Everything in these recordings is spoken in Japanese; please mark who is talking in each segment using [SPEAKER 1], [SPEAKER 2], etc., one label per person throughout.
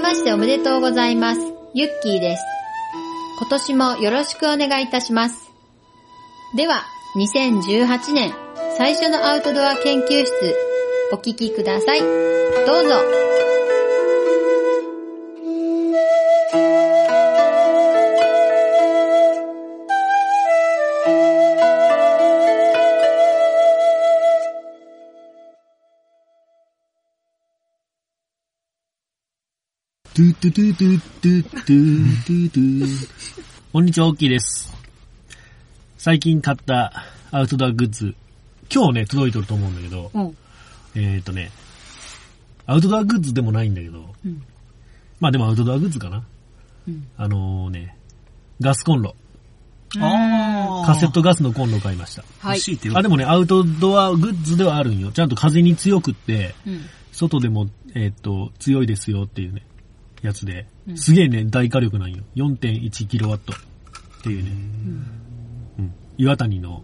[SPEAKER 1] ましておめでとうございます。ユッキーです。今年もよろしくお願いいたします。では、2018年最初のアウトドア研究室、お聞きください。どうぞ。
[SPEAKER 2] トゥトゥトゥトゥトゥトゥトゥトゥ。
[SPEAKER 3] こんにちは、オッキーです。最近買ったアウトドアグッズ、今日ね、届いてると思うんだけど、
[SPEAKER 4] うん。
[SPEAKER 3] えっ、ー、とね、アウトドアグッズでもないんだけど、
[SPEAKER 4] うん
[SPEAKER 3] まあでもアウトドアグッズかな。
[SPEAKER 4] うん
[SPEAKER 3] あのね、ガスコンロ、
[SPEAKER 2] あー
[SPEAKER 3] カセッ。トガスのコンロ買いました。
[SPEAKER 4] はい。
[SPEAKER 2] 強いてよか
[SPEAKER 3] あ、
[SPEAKER 2] った
[SPEAKER 3] でもね、アウトドアグッズではあるんよ。ちゃんと風に強くって、
[SPEAKER 4] うん。
[SPEAKER 3] 外でも、えっ、と、強いですよっていうね、やつで
[SPEAKER 4] う、ん
[SPEAKER 3] すげえね、大火力なんよ。4.1キロワットっていうね、うん岩谷の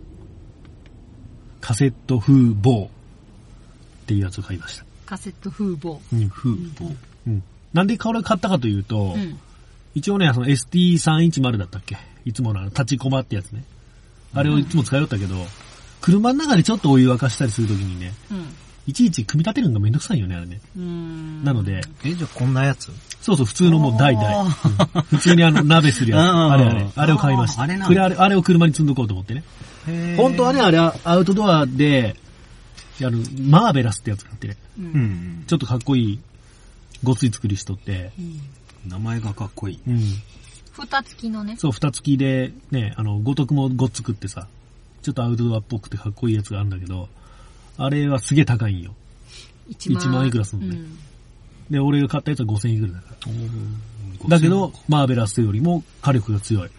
[SPEAKER 3] カセット風棒っていうやつを買いました。
[SPEAKER 4] カセット風貌。
[SPEAKER 3] うん、風
[SPEAKER 4] 棒。
[SPEAKER 3] うん。なんでこれ買ったかというと、
[SPEAKER 4] うん。
[SPEAKER 3] 一応ね、その ST310 だったっけいつものあの、立ちコマってやつね。あれをいつも使いよったけど、車の中でちょっとお湯沸かしたりするときにね、
[SPEAKER 4] うん。
[SPEAKER 3] いちいち組み立てるのがめんどくさいよね、あれね。
[SPEAKER 4] うん。
[SPEAKER 3] なので、
[SPEAKER 2] え、じゃあこんなやつ
[SPEAKER 3] そうそう、普通のもう代々。
[SPEAKER 2] あー
[SPEAKER 3] うん普通にあの、鍋するやつ。
[SPEAKER 2] うん
[SPEAKER 3] あれあれ。あれを買いました。
[SPEAKER 2] あーあれなんだ
[SPEAKER 3] これあれ、あれを車に積んどこうと思ってね。
[SPEAKER 2] へー
[SPEAKER 3] 本当はね、あれ、アウトドアで、あの、マーベラスってやつがあってね。
[SPEAKER 4] う。
[SPEAKER 2] うんん。
[SPEAKER 3] ちょっとかっこいい、ごつい作りしとって。
[SPEAKER 4] うん。
[SPEAKER 2] 名前がかっこいい。
[SPEAKER 3] うん。
[SPEAKER 4] 蓋付きのね。
[SPEAKER 3] そう、蓋付きで、ね、あの、ごとくもごっつくってさ、ちょっとアウトドアっぽくてかっこいいやつがあるんだけど、あれはすげえ高いんよ。
[SPEAKER 4] 1
[SPEAKER 3] 1万いくらすんのね
[SPEAKER 4] うん
[SPEAKER 3] で、俺が買ったやつは5000いくらだから。
[SPEAKER 2] うん
[SPEAKER 3] だけ、ど、マーベラスよりも火力が強い。っ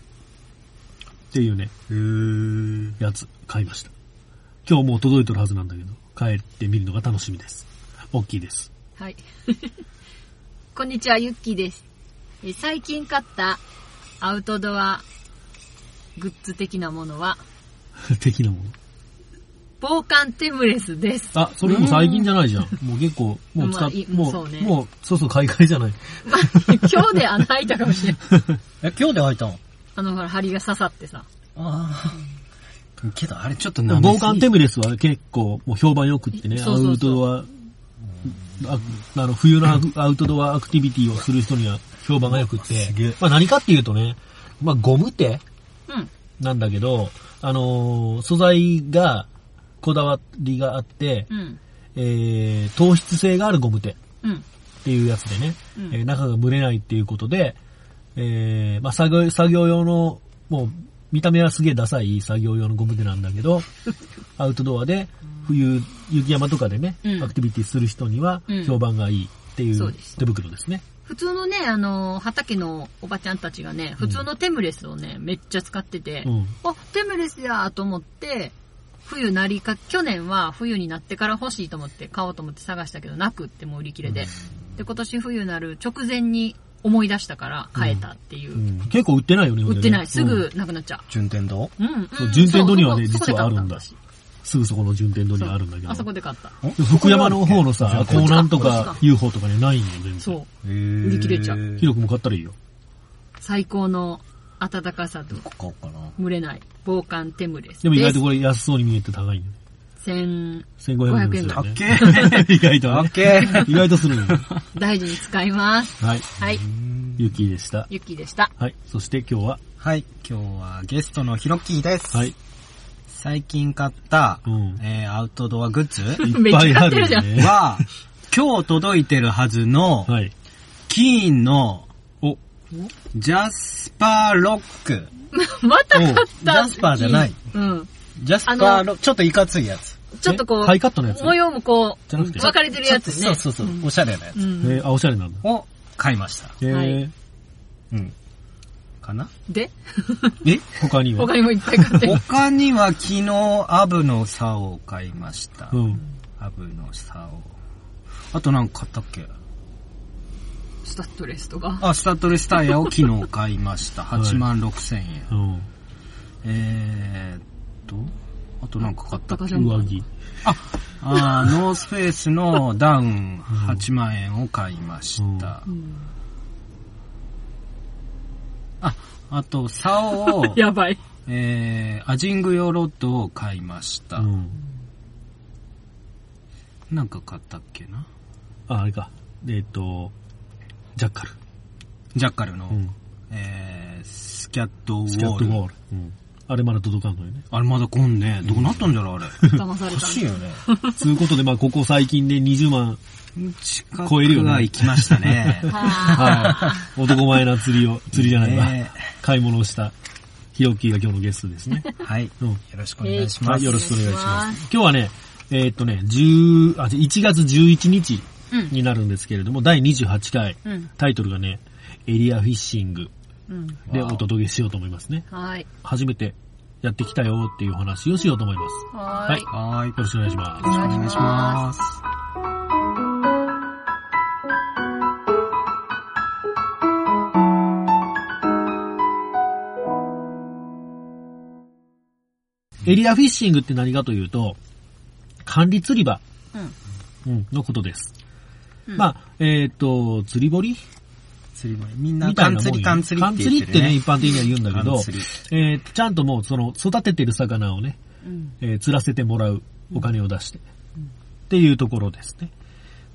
[SPEAKER 3] ていうね、
[SPEAKER 2] へー
[SPEAKER 3] やつ買いました。今日もう届いてるはずなんだけど、帰ってみるのが楽しみです。大きいです。
[SPEAKER 4] はい。 こんにちは、ゆっきーです。え最近買ったアウトドアグッズ的なものは、
[SPEAKER 3] 的なもの。
[SPEAKER 4] 防寒テムレス です。
[SPEAKER 3] あ、それでも最近じゃないじゃん。もう結構、もう使
[SPEAKER 4] ま
[SPEAKER 3] っ
[SPEAKER 4] あい
[SPEAKER 3] も
[SPEAKER 4] そうね
[SPEAKER 3] もう、そうそう買い替えじゃない。
[SPEAKER 4] まあ今日で穴開いたかもしれない。
[SPEAKER 5] え、今日で開いたの
[SPEAKER 4] あの、ほら、針が刺さってさ。
[SPEAKER 5] ああ。けどあれちょっと
[SPEAKER 3] 防寒テ
[SPEAKER 5] ム
[SPEAKER 3] ムレスは結構、もう評判良くってね、
[SPEAKER 4] そ
[SPEAKER 3] ア
[SPEAKER 4] うそうそう
[SPEAKER 3] ウトドア、ああの、冬のアクアウトドアアクティビティをする人には評判が良くって
[SPEAKER 5] すげえ、
[SPEAKER 3] まあ何かっていうとね、まあゴム手
[SPEAKER 4] うん。
[SPEAKER 3] なんだけど、あのー素材が、こだわりがあって、
[SPEAKER 4] うん。
[SPEAKER 3] えー、糖質性があるゴム手っ
[SPEAKER 4] うん。
[SPEAKER 3] ていうやつでね、
[SPEAKER 4] うん
[SPEAKER 3] えー中が蒸れないっていうことで、えー、まあ作業、作業用の、もう、見た目はすげえダサい作業用のゴム手なんだけ ど、アウトドアで、冬、雪山とかでね、
[SPEAKER 4] うん
[SPEAKER 3] アクティビティする人には
[SPEAKER 4] うん
[SPEAKER 3] 評判がいいってい
[SPEAKER 4] そううです
[SPEAKER 3] 手袋ですね。
[SPEAKER 4] 普通のね、あの、畑のおばちゃんたちがね、普通のテムレスをね、めっちゃ使ってて、
[SPEAKER 3] うん。
[SPEAKER 4] あ、テムレスやと思って、冬なりか、去年は冬になってから欲しいと思って買おうと思って探したけど、なくってもう売り切れで。で、今年冬なる直前に思い出したから買えたっていう。
[SPEAKER 3] うん結構売ってないよね、ほんでね
[SPEAKER 4] 売ってない。す
[SPEAKER 3] うん
[SPEAKER 4] ぐなくなっちゃ
[SPEAKER 5] 順天堂
[SPEAKER 4] う。うん。
[SPEAKER 3] そうん順天堂には
[SPEAKER 4] そう
[SPEAKER 3] ね
[SPEAKER 4] そこ
[SPEAKER 3] 実はあるんだ
[SPEAKER 4] そこ
[SPEAKER 3] すぐそこの順天堂
[SPEAKER 4] で
[SPEAKER 3] に
[SPEAKER 4] 買った
[SPEAKER 3] あるんだけど。
[SPEAKER 4] そうあそこで買った。
[SPEAKER 3] 福山の方の
[SPEAKER 5] 順
[SPEAKER 3] さ、
[SPEAKER 5] 天
[SPEAKER 3] 港
[SPEAKER 5] 堂
[SPEAKER 3] 南と
[SPEAKER 4] こっちかこ
[SPEAKER 3] か
[SPEAKER 4] っち
[SPEAKER 3] UFO とかね、ないんよ、全然。
[SPEAKER 4] そう。
[SPEAKER 2] 売
[SPEAKER 4] り切れちゃう
[SPEAKER 3] 広くも買ったらいいよ。
[SPEAKER 4] 最高の暖かさと、
[SPEAKER 5] 買おうかな。
[SPEAKER 4] 蒸れない、防寒テムレス。
[SPEAKER 3] でも意外とこれ安そうに見えて高いんだよね。
[SPEAKER 4] です千
[SPEAKER 3] 1500円ですよね。
[SPEAKER 2] け
[SPEAKER 3] 意外と
[SPEAKER 5] オ
[SPEAKER 3] ね
[SPEAKER 5] ッ。ケー
[SPEAKER 3] 意外とするんだよ
[SPEAKER 4] 大事に使います。
[SPEAKER 3] はい。
[SPEAKER 4] はい。
[SPEAKER 3] ゆきでした。
[SPEAKER 4] ゆっきーでした。
[SPEAKER 3] はい。そして今日は、
[SPEAKER 5] はい、今日はゲストのヒロッキーです。
[SPEAKER 3] はい。
[SPEAKER 5] 最近買った、
[SPEAKER 3] うん
[SPEAKER 5] えー、アウトドアグッズ
[SPEAKER 3] いっぱいあるよ
[SPEAKER 4] め
[SPEAKER 3] ね。
[SPEAKER 5] は、今日届いてるはずの、
[SPEAKER 3] はい。
[SPEAKER 5] キーンの、
[SPEAKER 3] お、
[SPEAKER 5] ジャスパーロック。
[SPEAKER 4] また買っ
[SPEAKER 5] ジ
[SPEAKER 4] た
[SPEAKER 5] ャスパーじゃない。
[SPEAKER 4] うん。
[SPEAKER 5] ジャスパーロック、ちょっといかついやつ。
[SPEAKER 4] ちょっとこ
[SPEAKER 3] え
[SPEAKER 4] う、
[SPEAKER 3] ハイカットのやつ
[SPEAKER 4] 模様もこう、
[SPEAKER 3] じゃなくて
[SPEAKER 4] 分かれてるやつね。
[SPEAKER 5] そうそうそう、おしゃれなや
[SPEAKER 4] う
[SPEAKER 5] つ。
[SPEAKER 3] え
[SPEAKER 4] ん。
[SPEAKER 3] ー、あ、おしゃれなんだ。
[SPEAKER 5] を買いました。
[SPEAKER 3] え
[SPEAKER 4] はい
[SPEAKER 3] ー、
[SPEAKER 5] うん。かな
[SPEAKER 4] で、
[SPEAKER 5] え
[SPEAKER 3] 他には
[SPEAKER 4] 他にもいっぱい買ってる。
[SPEAKER 5] 他には昨日アブの竿を買いました。
[SPEAKER 3] うん。
[SPEAKER 5] アブの竿。あとなんか買ったっけ
[SPEAKER 4] スタッドレスとか。
[SPEAKER 5] あ、スタッドレスタイヤを昨日買いました。
[SPEAKER 3] い
[SPEAKER 5] 8万6千円。
[SPEAKER 3] うん。
[SPEAKER 5] えーっと、あとなんか買ったっけ
[SPEAKER 4] 高じゃん。
[SPEAKER 3] 上着。
[SPEAKER 5] あー、ノースペースのダウン8万円を買いました。
[SPEAKER 4] うん、
[SPEAKER 5] あ、あと、竿を
[SPEAKER 4] やばい。
[SPEAKER 5] えー、アジング用ロッドを買いました。
[SPEAKER 3] うん。
[SPEAKER 5] なんか買ったっけな
[SPEAKER 3] あ、あれか。でえっと、ジャッカル。
[SPEAKER 5] ジャッカルの、
[SPEAKER 3] うん。
[SPEAKER 5] えー、スキャットウォール。
[SPEAKER 3] スキャットボール。うん。あれまだ届かんのよね。
[SPEAKER 5] あれまだ来んね。どうなったんじゃ ろ、あれ。
[SPEAKER 4] 騙され
[SPEAKER 5] 欲
[SPEAKER 4] た。
[SPEAKER 5] しいよね。
[SPEAKER 3] つうことで、まあ、ここ最近で20万
[SPEAKER 5] 近
[SPEAKER 3] 超えるよ
[SPEAKER 5] く
[SPEAKER 3] ね
[SPEAKER 5] は行きましたね。
[SPEAKER 3] はい。男前な釣りを、釣りじゃ ないわ。
[SPEAKER 5] ね
[SPEAKER 3] 買い物をした、ヒロッキーが今日のゲストですね。
[SPEAKER 5] はい。よ
[SPEAKER 3] うん。
[SPEAKER 5] ろしくお願いしま
[SPEAKER 3] は
[SPEAKER 5] す。
[SPEAKER 3] い、よろしくお願いし
[SPEAKER 4] お
[SPEAKER 3] ま。
[SPEAKER 4] 願いします
[SPEAKER 3] 今日はね、えーっとね、10あ、1月11日になるんですけれども、第28回、
[SPEAKER 4] うん。
[SPEAKER 3] タイトルがね、エリアフィッシング
[SPEAKER 4] うん。
[SPEAKER 3] で
[SPEAKER 5] わ
[SPEAKER 3] お
[SPEAKER 5] あ
[SPEAKER 3] 届けしようと思いますね。
[SPEAKER 4] はい。
[SPEAKER 3] 初めてやってきたよっていうお話をしようと思います。
[SPEAKER 4] は
[SPEAKER 3] は
[SPEAKER 4] ー
[SPEAKER 3] い
[SPEAKER 4] い。
[SPEAKER 5] はい。よ
[SPEAKER 3] よろしくお願いします。
[SPEAKER 5] ろしくお願いします。
[SPEAKER 3] エリアフィッシングって何かというと、管理釣り場
[SPEAKER 4] うん。
[SPEAKER 3] うんのことです。
[SPEAKER 4] うん
[SPEAKER 3] まあ、えーっと、釣り堀
[SPEAKER 5] 釣り堀。みんな、
[SPEAKER 3] みたい
[SPEAKER 5] 缶
[SPEAKER 3] なもん
[SPEAKER 5] 釣り、缶釣り
[SPEAKER 3] 缶
[SPEAKER 5] って
[SPEAKER 3] 釣り
[SPEAKER 5] 言
[SPEAKER 3] っ
[SPEAKER 5] って
[SPEAKER 3] て
[SPEAKER 5] る
[SPEAKER 3] ね、
[SPEAKER 5] ね
[SPEAKER 3] 一。般的には言うんだけど
[SPEAKER 5] 缶釣り、
[SPEAKER 3] えーちゃんともう、その、育ててる魚をね、
[SPEAKER 4] うん。
[SPEAKER 3] えー釣らせてもらう、お金を出して、っていうところですね。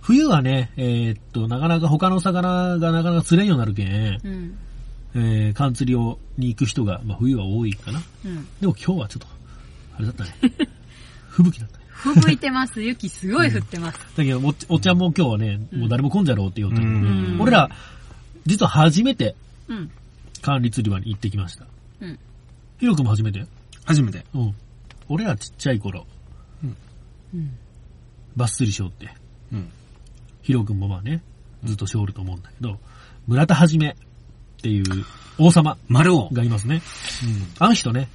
[SPEAKER 3] 冬はね、えーっと、なかなか他の魚がなかなか釣れんようになるけん、
[SPEAKER 4] うん。
[SPEAKER 3] えー、缶釣りを、に行く人が、まあ冬は多いかな。
[SPEAKER 4] うん。
[SPEAKER 3] でも今日はちょっと、あれだったね。 吹雪だったね。
[SPEAKER 4] ふぶいてます。雪すごい降ってます。
[SPEAKER 3] だけど、おっちおっちゃんも今日はね、もう誰も来んじゃろうって言おうと、
[SPEAKER 5] うん
[SPEAKER 4] うん
[SPEAKER 3] 俺ら、実は初めて
[SPEAKER 4] うん。
[SPEAKER 3] 管理釣り場に行ってきました。
[SPEAKER 4] うん。
[SPEAKER 3] ひろくんも初めて
[SPEAKER 5] 初めて。
[SPEAKER 3] うん。俺らちっちゃい頃、
[SPEAKER 4] うん。
[SPEAKER 3] バス釣りしようって、
[SPEAKER 5] うん。
[SPEAKER 3] ヒロ君もまあね、ずっとしおると思うんだけど、村田はじめっていう王様
[SPEAKER 5] 丸を。
[SPEAKER 3] がいますね。あの人ね、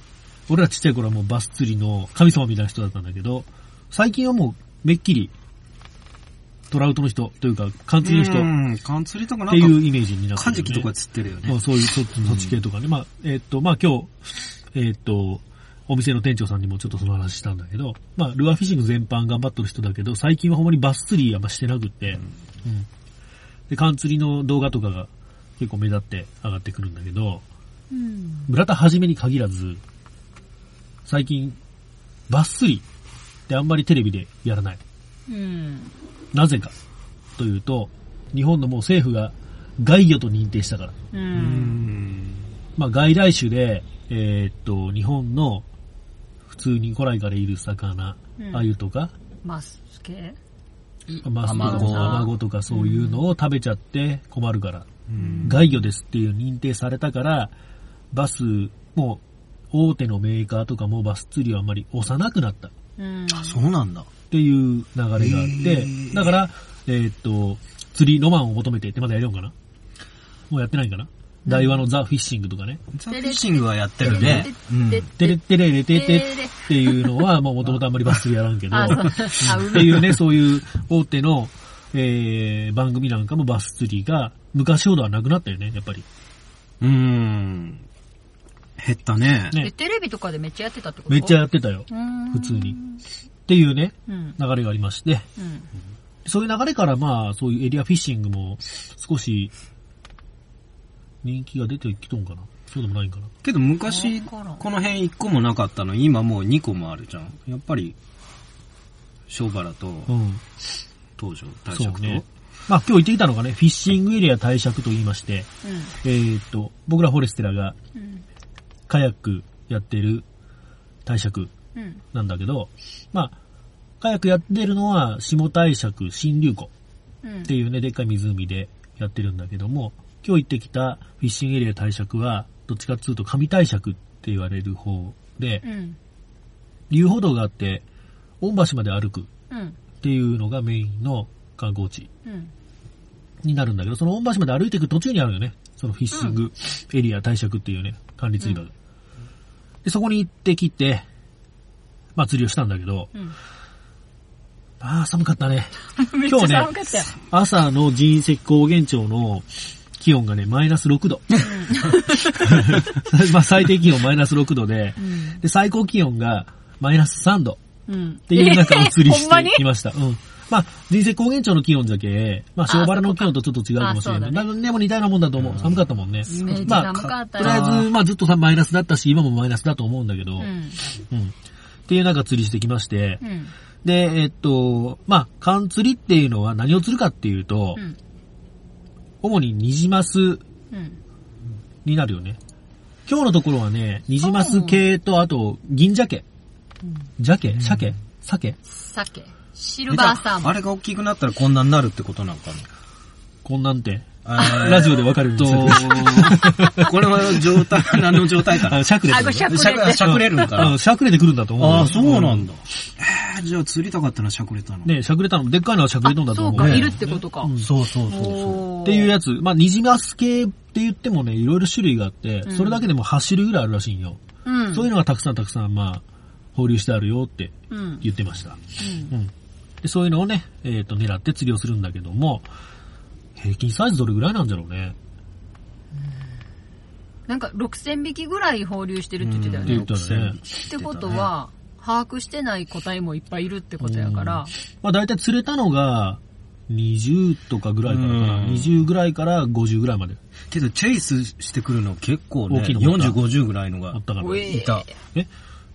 [SPEAKER 3] 俺らちっちゃい頃はもうバス釣りの神様みたいな人だったんだけど、最近はもうめっきりトラウトの人というか、缶釣りの人っ
[SPEAKER 5] うん。缶釣りとかな
[SPEAKER 3] て
[SPEAKER 5] ん
[SPEAKER 3] い
[SPEAKER 5] か、
[SPEAKER 3] うイメージになって
[SPEAKER 5] カ
[SPEAKER 3] るよね
[SPEAKER 5] ジキとか釣ってるよ
[SPEAKER 3] ま
[SPEAKER 5] ね
[SPEAKER 3] あ。そういうそそっち系とかね。まあ、えっと、まあ今日、えっと、お店の店長さんにもちょっとその話したんだけど、まあ、ルアーフィッシング全般頑張ってる人だけど、最近はほんまにバス釣りあんましてなくって、うん。で、缶釣りの動画とかが結構目立って上がってくるんだけど、
[SPEAKER 4] うん。
[SPEAKER 3] 村田はじめに限らず、最近、バス釣りってあんまりテレビでやらない。
[SPEAKER 4] うん。
[SPEAKER 3] なぜかというと、日本のもう政府が外魚と認定したから。
[SPEAKER 4] う。
[SPEAKER 5] うんん。
[SPEAKER 3] まあ、外来種で、えーっと、日本の普通に古来からいる魚、
[SPEAKER 4] うん
[SPEAKER 3] アユとか、
[SPEAKER 4] マスケ
[SPEAKER 3] マスと
[SPEAKER 5] アマゴ
[SPEAKER 3] かアマゴとかそういうのを食べちゃって困るから、
[SPEAKER 5] うん
[SPEAKER 3] 外魚ですっていう認定されたから、バス、もう大手のメーカーとかもバス釣りはあんまり幼くなったっ
[SPEAKER 4] うん。
[SPEAKER 5] そうなんだ。
[SPEAKER 3] ていう流れがあっ
[SPEAKER 5] へ
[SPEAKER 3] て、
[SPEAKER 5] ー
[SPEAKER 3] だから、えーっと、釣りロマンを求めてってまだやりようかなもうやってないんかな台湾のザ・フィッシングとかね。
[SPEAKER 5] ザ・フィッシングはやってるね。うん。
[SPEAKER 3] テレッテレレテテっていうのは、まあもともとあんまりバス釣りやらんけど、
[SPEAKER 4] あ、そう。あ、う
[SPEAKER 3] っ
[SPEAKER 4] ま
[SPEAKER 3] ていうね、そういう大手の、えー、番組なんかもバス釣りが昔ほどはなくなったよね、やっぱり。
[SPEAKER 5] うん。減ったね。
[SPEAKER 3] ね
[SPEAKER 4] え、テレビとかでめっちゃやってたってこと
[SPEAKER 3] めっちゃやってたよ、
[SPEAKER 4] 普
[SPEAKER 3] 普通に。っていうね、
[SPEAKER 4] うん。
[SPEAKER 3] 流れがありまして、
[SPEAKER 4] うん。
[SPEAKER 3] そういう流れからまあ、そういうエリアフィッシングも少し人気が出てきとんかな。そうでもないんかな。
[SPEAKER 5] けど昔、この辺1個もなかったのに、今もう2個もあるじゃん。やっぱり、小原と
[SPEAKER 3] うん。
[SPEAKER 5] 東条大
[SPEAKER 3] そう
[SPEAKER 5] 尺と、
[SPEAKER 3] ね。まあ今日行ってきたのがね、フィッシングエリア帝釈と言いまして、えーっと、僕らフォレステラが
[SPEAKER 4] うん。
[SPEAKER 3] カヤックやってる帝釈
[SPEAKER 4] うん。
[SPEAKER 3] なんだけど、まあ、カヤックやってるのは、下大釈新流湖
[SPEAKER 4] う
[SPEAKER 3] っ
[SPEAKER 4] ん
[SPEAKER 3] て。いうね、でっかい湖でやってるんだけども、今日行ってきたフィッシングエリア大釈は、どっちかっていうと神大釈って言われる方で
[SPEAKER 4] う、ん。
[SPEAKER 3] 遊歩道があって、御橋まで歩くっ
[SPEAKER 4] うん。
[SPEAKER 3] ていうのがメインの観光地
[SPEAKER 4] うん。
[SPEAKER 3] になるんだけど、その御橋まで歩いていく途中にあるよね。そのフィッシングエリア大釈っていうね、管理釣り場が。で、そこに行ってきて、まあ釣りをしたんだけど、
[SPEAKER 4] うん。
[SPEAKER 3] ああ、寒かったね。
[SPEAKER 4] めっちゃ寒かったよ。
[SPEAKER 3] 朝の人石高原町の気温がね、マイナス6度。 まあ最低気温マイナス6度で、で、最高気温がマイナス3度
[SPEAKER 4] うん。
[SPEAKER 3] っていう中お釣りし
[SPEAKER 4] ほんまに
[SPEAKER 3] てきました。うん。まあ、人生高原町の気温だけ、まあ、塩原の気温とちょっと違うかもしれな
[SPEAKER 4] あ
[SPEAKER 3] い。
[SPEAKER 4] そ
[SPEAKER 3] な
[SPEAKER 4] う
[SPEAKER 3] でも似たようなもんだと思う。寒かったもんね。
[SPEAKER 4] めっちゃ
[SPEAKER 3] まあ、
[SPEAKER 4] 寒かった
[SPEAKER 3] とりあえず、まあ、ずっとさマイナスだったし、今もマイナスだと思うんだけど、
[SPEAKER 4] う
[SPEAKER 3] うん。
[SPEAKER 4] ん。
[SPEAKER 3] っていう中釣りしてきまして、
[SPEAKER 4] うん。
[SPEAKER 3] で、えっと、まあ、缶釣りっていうのは何を釣るかっていうと、
[SPEAKER 4] うん。
[SPEAKER 3] 主にニジマス
[SPEAKER 4] うん。
[SPEAKER 3] になるよね。今日のところはね、ニジマス系と、あと、銀鮭。鮭鮭鮭
[SPEAKER 4] 鮭。シルバーサーモ
[SPEAKER 5] あ
[SPEAKER 4] ン。
[SPEAKER 5] れが大きくなったらこんなになるってことなんか
[SPEAKER 3] こんなんて。
[SPEAKER 5] な。
[SPEAKER 3] ラジオでわかるん
[SPEAKER 5] と
[SPEAKER 3] ですよ。、
[SPEAKER 5] これは状態、何の状態か
[SPEAKER 3] あ
[SPEAKER 5] な
[SPEAKER 3] の、。シャクレ
[SPEAKER 4] あこれシャクレ
[SPEAKER 5] しゃしゃくれるんか
[SPEAKER 3] う、。
[SPEAKER 5] なん
[SPEAKER 3] しゃくれてくるんだと思う。
[SPEAKER 5] ああ、そうなんだ
[SPEAKER 3] う。
[SPEAKER 5] えーじゃあ釣りたかったな、しゃくれたの。
[SPEAKER 3] ん。ね、しゃくれたの、でっかいのはしゃくれとんだと
[SPEAKER 4] そう
[SPEAKER 3] 思う。
[SPEAKER 4] か、
[SPEAKER 3] ね
[SPEAKER 4] いるってことか。
[SPEAKER 5] そうそうそうそう。
[SPEAKER 4] おー
[SPEAKER 3] っていうやつ。まあ、ニジマス系って言ってもね、いろいろ種類があって、
[SPEAKER 4] ん
[SPEAKER 3] それだけでも8種類ぐらいあるらしいんよ。
[SPEAKER 4] うん。
[SPEAKER 3] そういうのがたくさんたくさん、まあ、放流してあるよって
[SPEAKER 4] うん。
[SPEAKER 3] 言ってました。うん。で、そういうのをね、えっ、と、狙って釣りをするんだけども、平均サイズどれぐらいなんだろうね。
[SPEAKER 4] なんか6000匹ぐらい放流してるって言ってたよ
[SPEAKER 3] うん
[SPEAKER 4] ね。
[SPEAKER 3] 言ってたね
[SPEAKER 4] ってこと、は、把握してない個体もいっぱいいるってことやから、
[SPEAKER 3] まあ、大体釣れたのが、20とかぐらいからかな。
[SPEAKER 5] うん
[SPEAKER 3] 20ぐらいから50ぐらいまで
[SPEAKER 5] けどチェイスしてくるの結構ね、
[SPEAKER 3] 大きいの持った
[SPEAKER 5] 40、50ぐらいのが
[SPEAKER 3] あったから。
[SPEAKER 4] おえ
[SPEAKER 5] いた。
[SPEAKER 3] え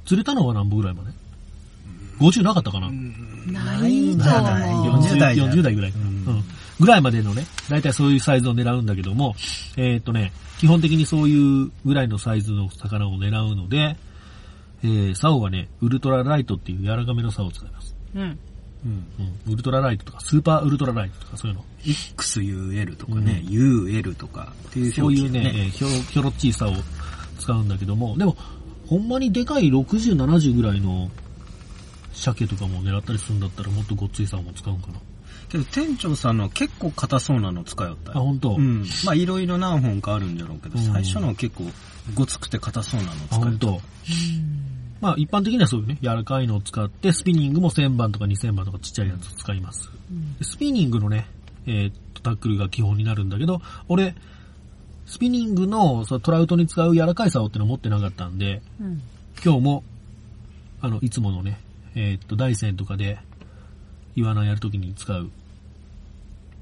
[SPEAKER 3] 釣れたのは何本ぐらいまで ?50 なかったかな、
[SPEAKER 4] ないと思う。
[SPEAKER 5] 40代じゃん
[SPEAKER 3] 40代ぐらい、う
[SPEAKER 5] うんん
[SPEAKER 3] ぐらいまでのね、だいたいそういうサイズを狙うんだけども、えーっとね、基本的にそういうぐらいのサイズの魚を狙うので、えー、竿はね、ウルトラライトっていう柔らかめの竿を使います。
[SPEAKER 4] うん。
[SPEAKER 5] うん
[SPEAKER 3] うん、ウルトラライトとか、スーパーウルトラライトとかそういうの。
[SPEAKER 5] XUL とかね、UL とかっていう
[SPEAKER 3] そう
[SPEAKER 5] 表
[SPEAKER 3] い
[SPEAKER 5] 記
[SPEAKER 3] う
[SPEAKER 5] だ
[SPEAKER 3] ね、えーひょろ、ひょろっちい竿を使うんだけども、でも、ほんまにでかい60、70ぐらいの鮭とかも狙ったりするんだったらもっとごっつい竿も使うんかな。
[SPEAKER 5] けど店長さんのは結構硬そうなの使いよった
[SPEAKER 3] あ、本当。
[SPEAKER 5] うん。まあいろいろ何本かあるんじゃろうけど、
[SPEAKER 3] うん
[SPEAKER 5] 最初のは結構ごつくて硬そうなの
[SPEAKER 3] あ
[SPEAKER 5] 使いよ
[SPEAKER 3] 本
[SPEAKER 5] った。
[SPEAKER 3] 当。まあ一般的にはそういうね、柔らかいのを使って、スピニングも1000番とか2000番とかちっちゃいやつを使います。でスピニングのね、えーっと、タックルが基本になるんだけど、俺、スピニングのそのトラウトに使う柔らかい竿ってのは持ってなかったんで、
[SPEAKER 4] うん。
[SPEAKER 3] 今日も、あの、いつものね、えーっと、大山とかで、イワナやるときに使う、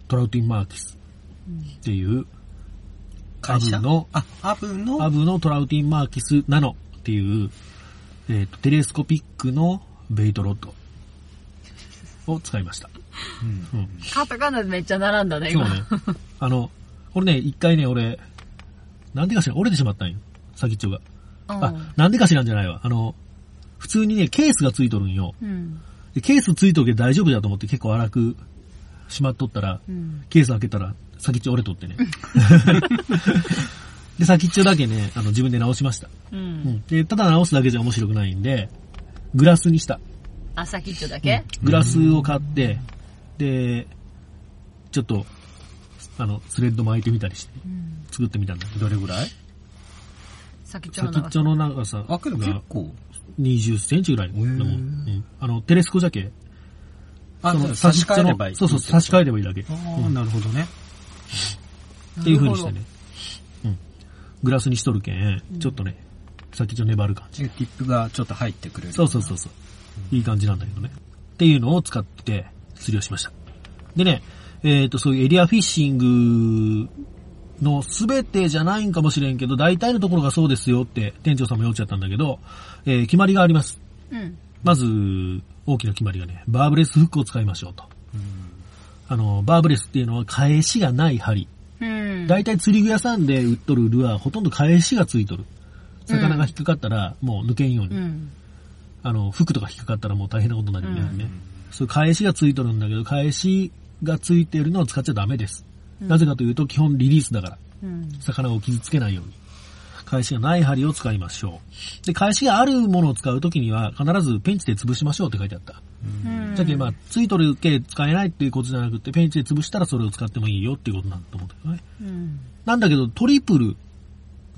[SPEAKER 3] トラウティンマーキスっていう、
[SPEAKER 5] 会社
[SPEAKER 3] アブの
[SPEAKER 5] あ、アブの
[SPEAKER 3] アブのトラウティンマーキスナノっていう、えーと、テレスコピックのベイトロッドを使いました。
[SPEAKER 5] うん
[SPEAKER 3] うん。
[SPEAKER 4] カタカナめっちゃ並んだね、
[SPEAKER 3] そう
[SPEAKER 4] 今。
[SPEAKER 3] ね。あの、これね、一回ね、俺、なんでかしら折れてしまったんよ。先っちょが。
[SPEAKER 4] うん
[SPEAKER 3] あ、なんでかしらんじゃないわ。あの、普通にね、ケースがついとるんよ。
[SPEAKER 4] うん。
[SPEAKER 3] でケースついとけば大丈夫だと思って結構荒くしまっとったら、
[SPEAKER 4] うん。
[SPEAKER 3] ケース開けたら先っちょ折れとってね。 で、先っちょだけね、あの、自分で直しました。う
[SPEAKER 4] う。
[SPEAKER 3] んん、でただ直すだけじゃ面白くないんで、グラスにした。
[SPEAKER 4] あ、先っちょだけ
[SPEAKER 3] グラスを買って、で、ちょっと、あの、スレッド巻いてみたりして、
[SPEAKER 4] うん。
[SPEAKER 3] 作ってみたんだけど、
[SPEAKER 5] どれぐらい
[SPEAKER 4] 先っちょの
[SPEAKER 3] 先っ
[SPEAKER 4] 長
[SPEAKER 3] ち
[SPEAKER 4] さ
[SPEAKER 3] ょ。の長さ
[SPEAKER 5] あ、けど結
[SPEAKER 3] が
[SPEAKER 5] 構。
[SPEAKER 3] 20センチぐらいのもん、
[SPEAKER 5] へー
[SPEAKER 3] うんあの、テレスコジャケ、
[SPEAKER 5] あ、
[SPEAKER 3] そ
[SPEAKER 5] そ
[SPEAKER 3] の
[SPEAKER 5] う差し替えればいい。
[SPEAKER 3] そうそう、差し替えればいいだけ。
[SPEAKER 5] あ
[SPEAKER 3] う
[SPEAKER 5] あ、
[SPEAKER 3] ん
[SPEAKER 5] なるほどね。
[SPEAKER 3] っていう風にしてね。うん。グラスにしとるけん、ちょっとね、先っちょ粘る感じ。
[SPEAKER 5] ティップがちょっと入ってくれる。
[SPEAKER 3] そうそうそうそう。いい感じなんだけどね。っていうのを使って釣りをしました。でね、えっ、と、そういうエリアフィッシングのすべてじゃないんかもしれんけど、大体のところがそうですよって店長さんも言おっちゃったんだけど、えー決まりがあります。
[SPEAKER 4] うん。
[SPEAKER 3] まず、大きな決まりがね、バーブレスフックを使いましょうと。あの、バーブレスっていうのは返しがない針。
[SPEAKER 4] うん。
[SPEAKER 3] 大体釣り具屋さんで売っとるルアー、ほとんど返しがついとる。魚が引っかかったら、もう抜けんように。
[SPEAKER 4] うん。
[SPEAKER 3] あの、服とか引っかかったらもう大変なことになるよね。そう、返しがついとるんだけど、返しがついてるのを使っちゃダメです。なぜかというと、基本リリースだから、
[SPEAKER 4] うん。
[SPEAKER 3] 魚を傷つけないように。返しがない針を使いましょう。で、返しがあるものを使うときには、必ずペンチで潰しましょうって書いてあった。
[SPEAKER 4] うん。
[SPEAKER 3] じゃけ、まあ、ついとるけ使えないっていうことじゃなくて、ペンチで潰したらそれを使ってもいいよっていうことなんだと思うんだけどね。
[SPEAKER 4] うん。
[SPEAKER 3] なんだけど、トリプル、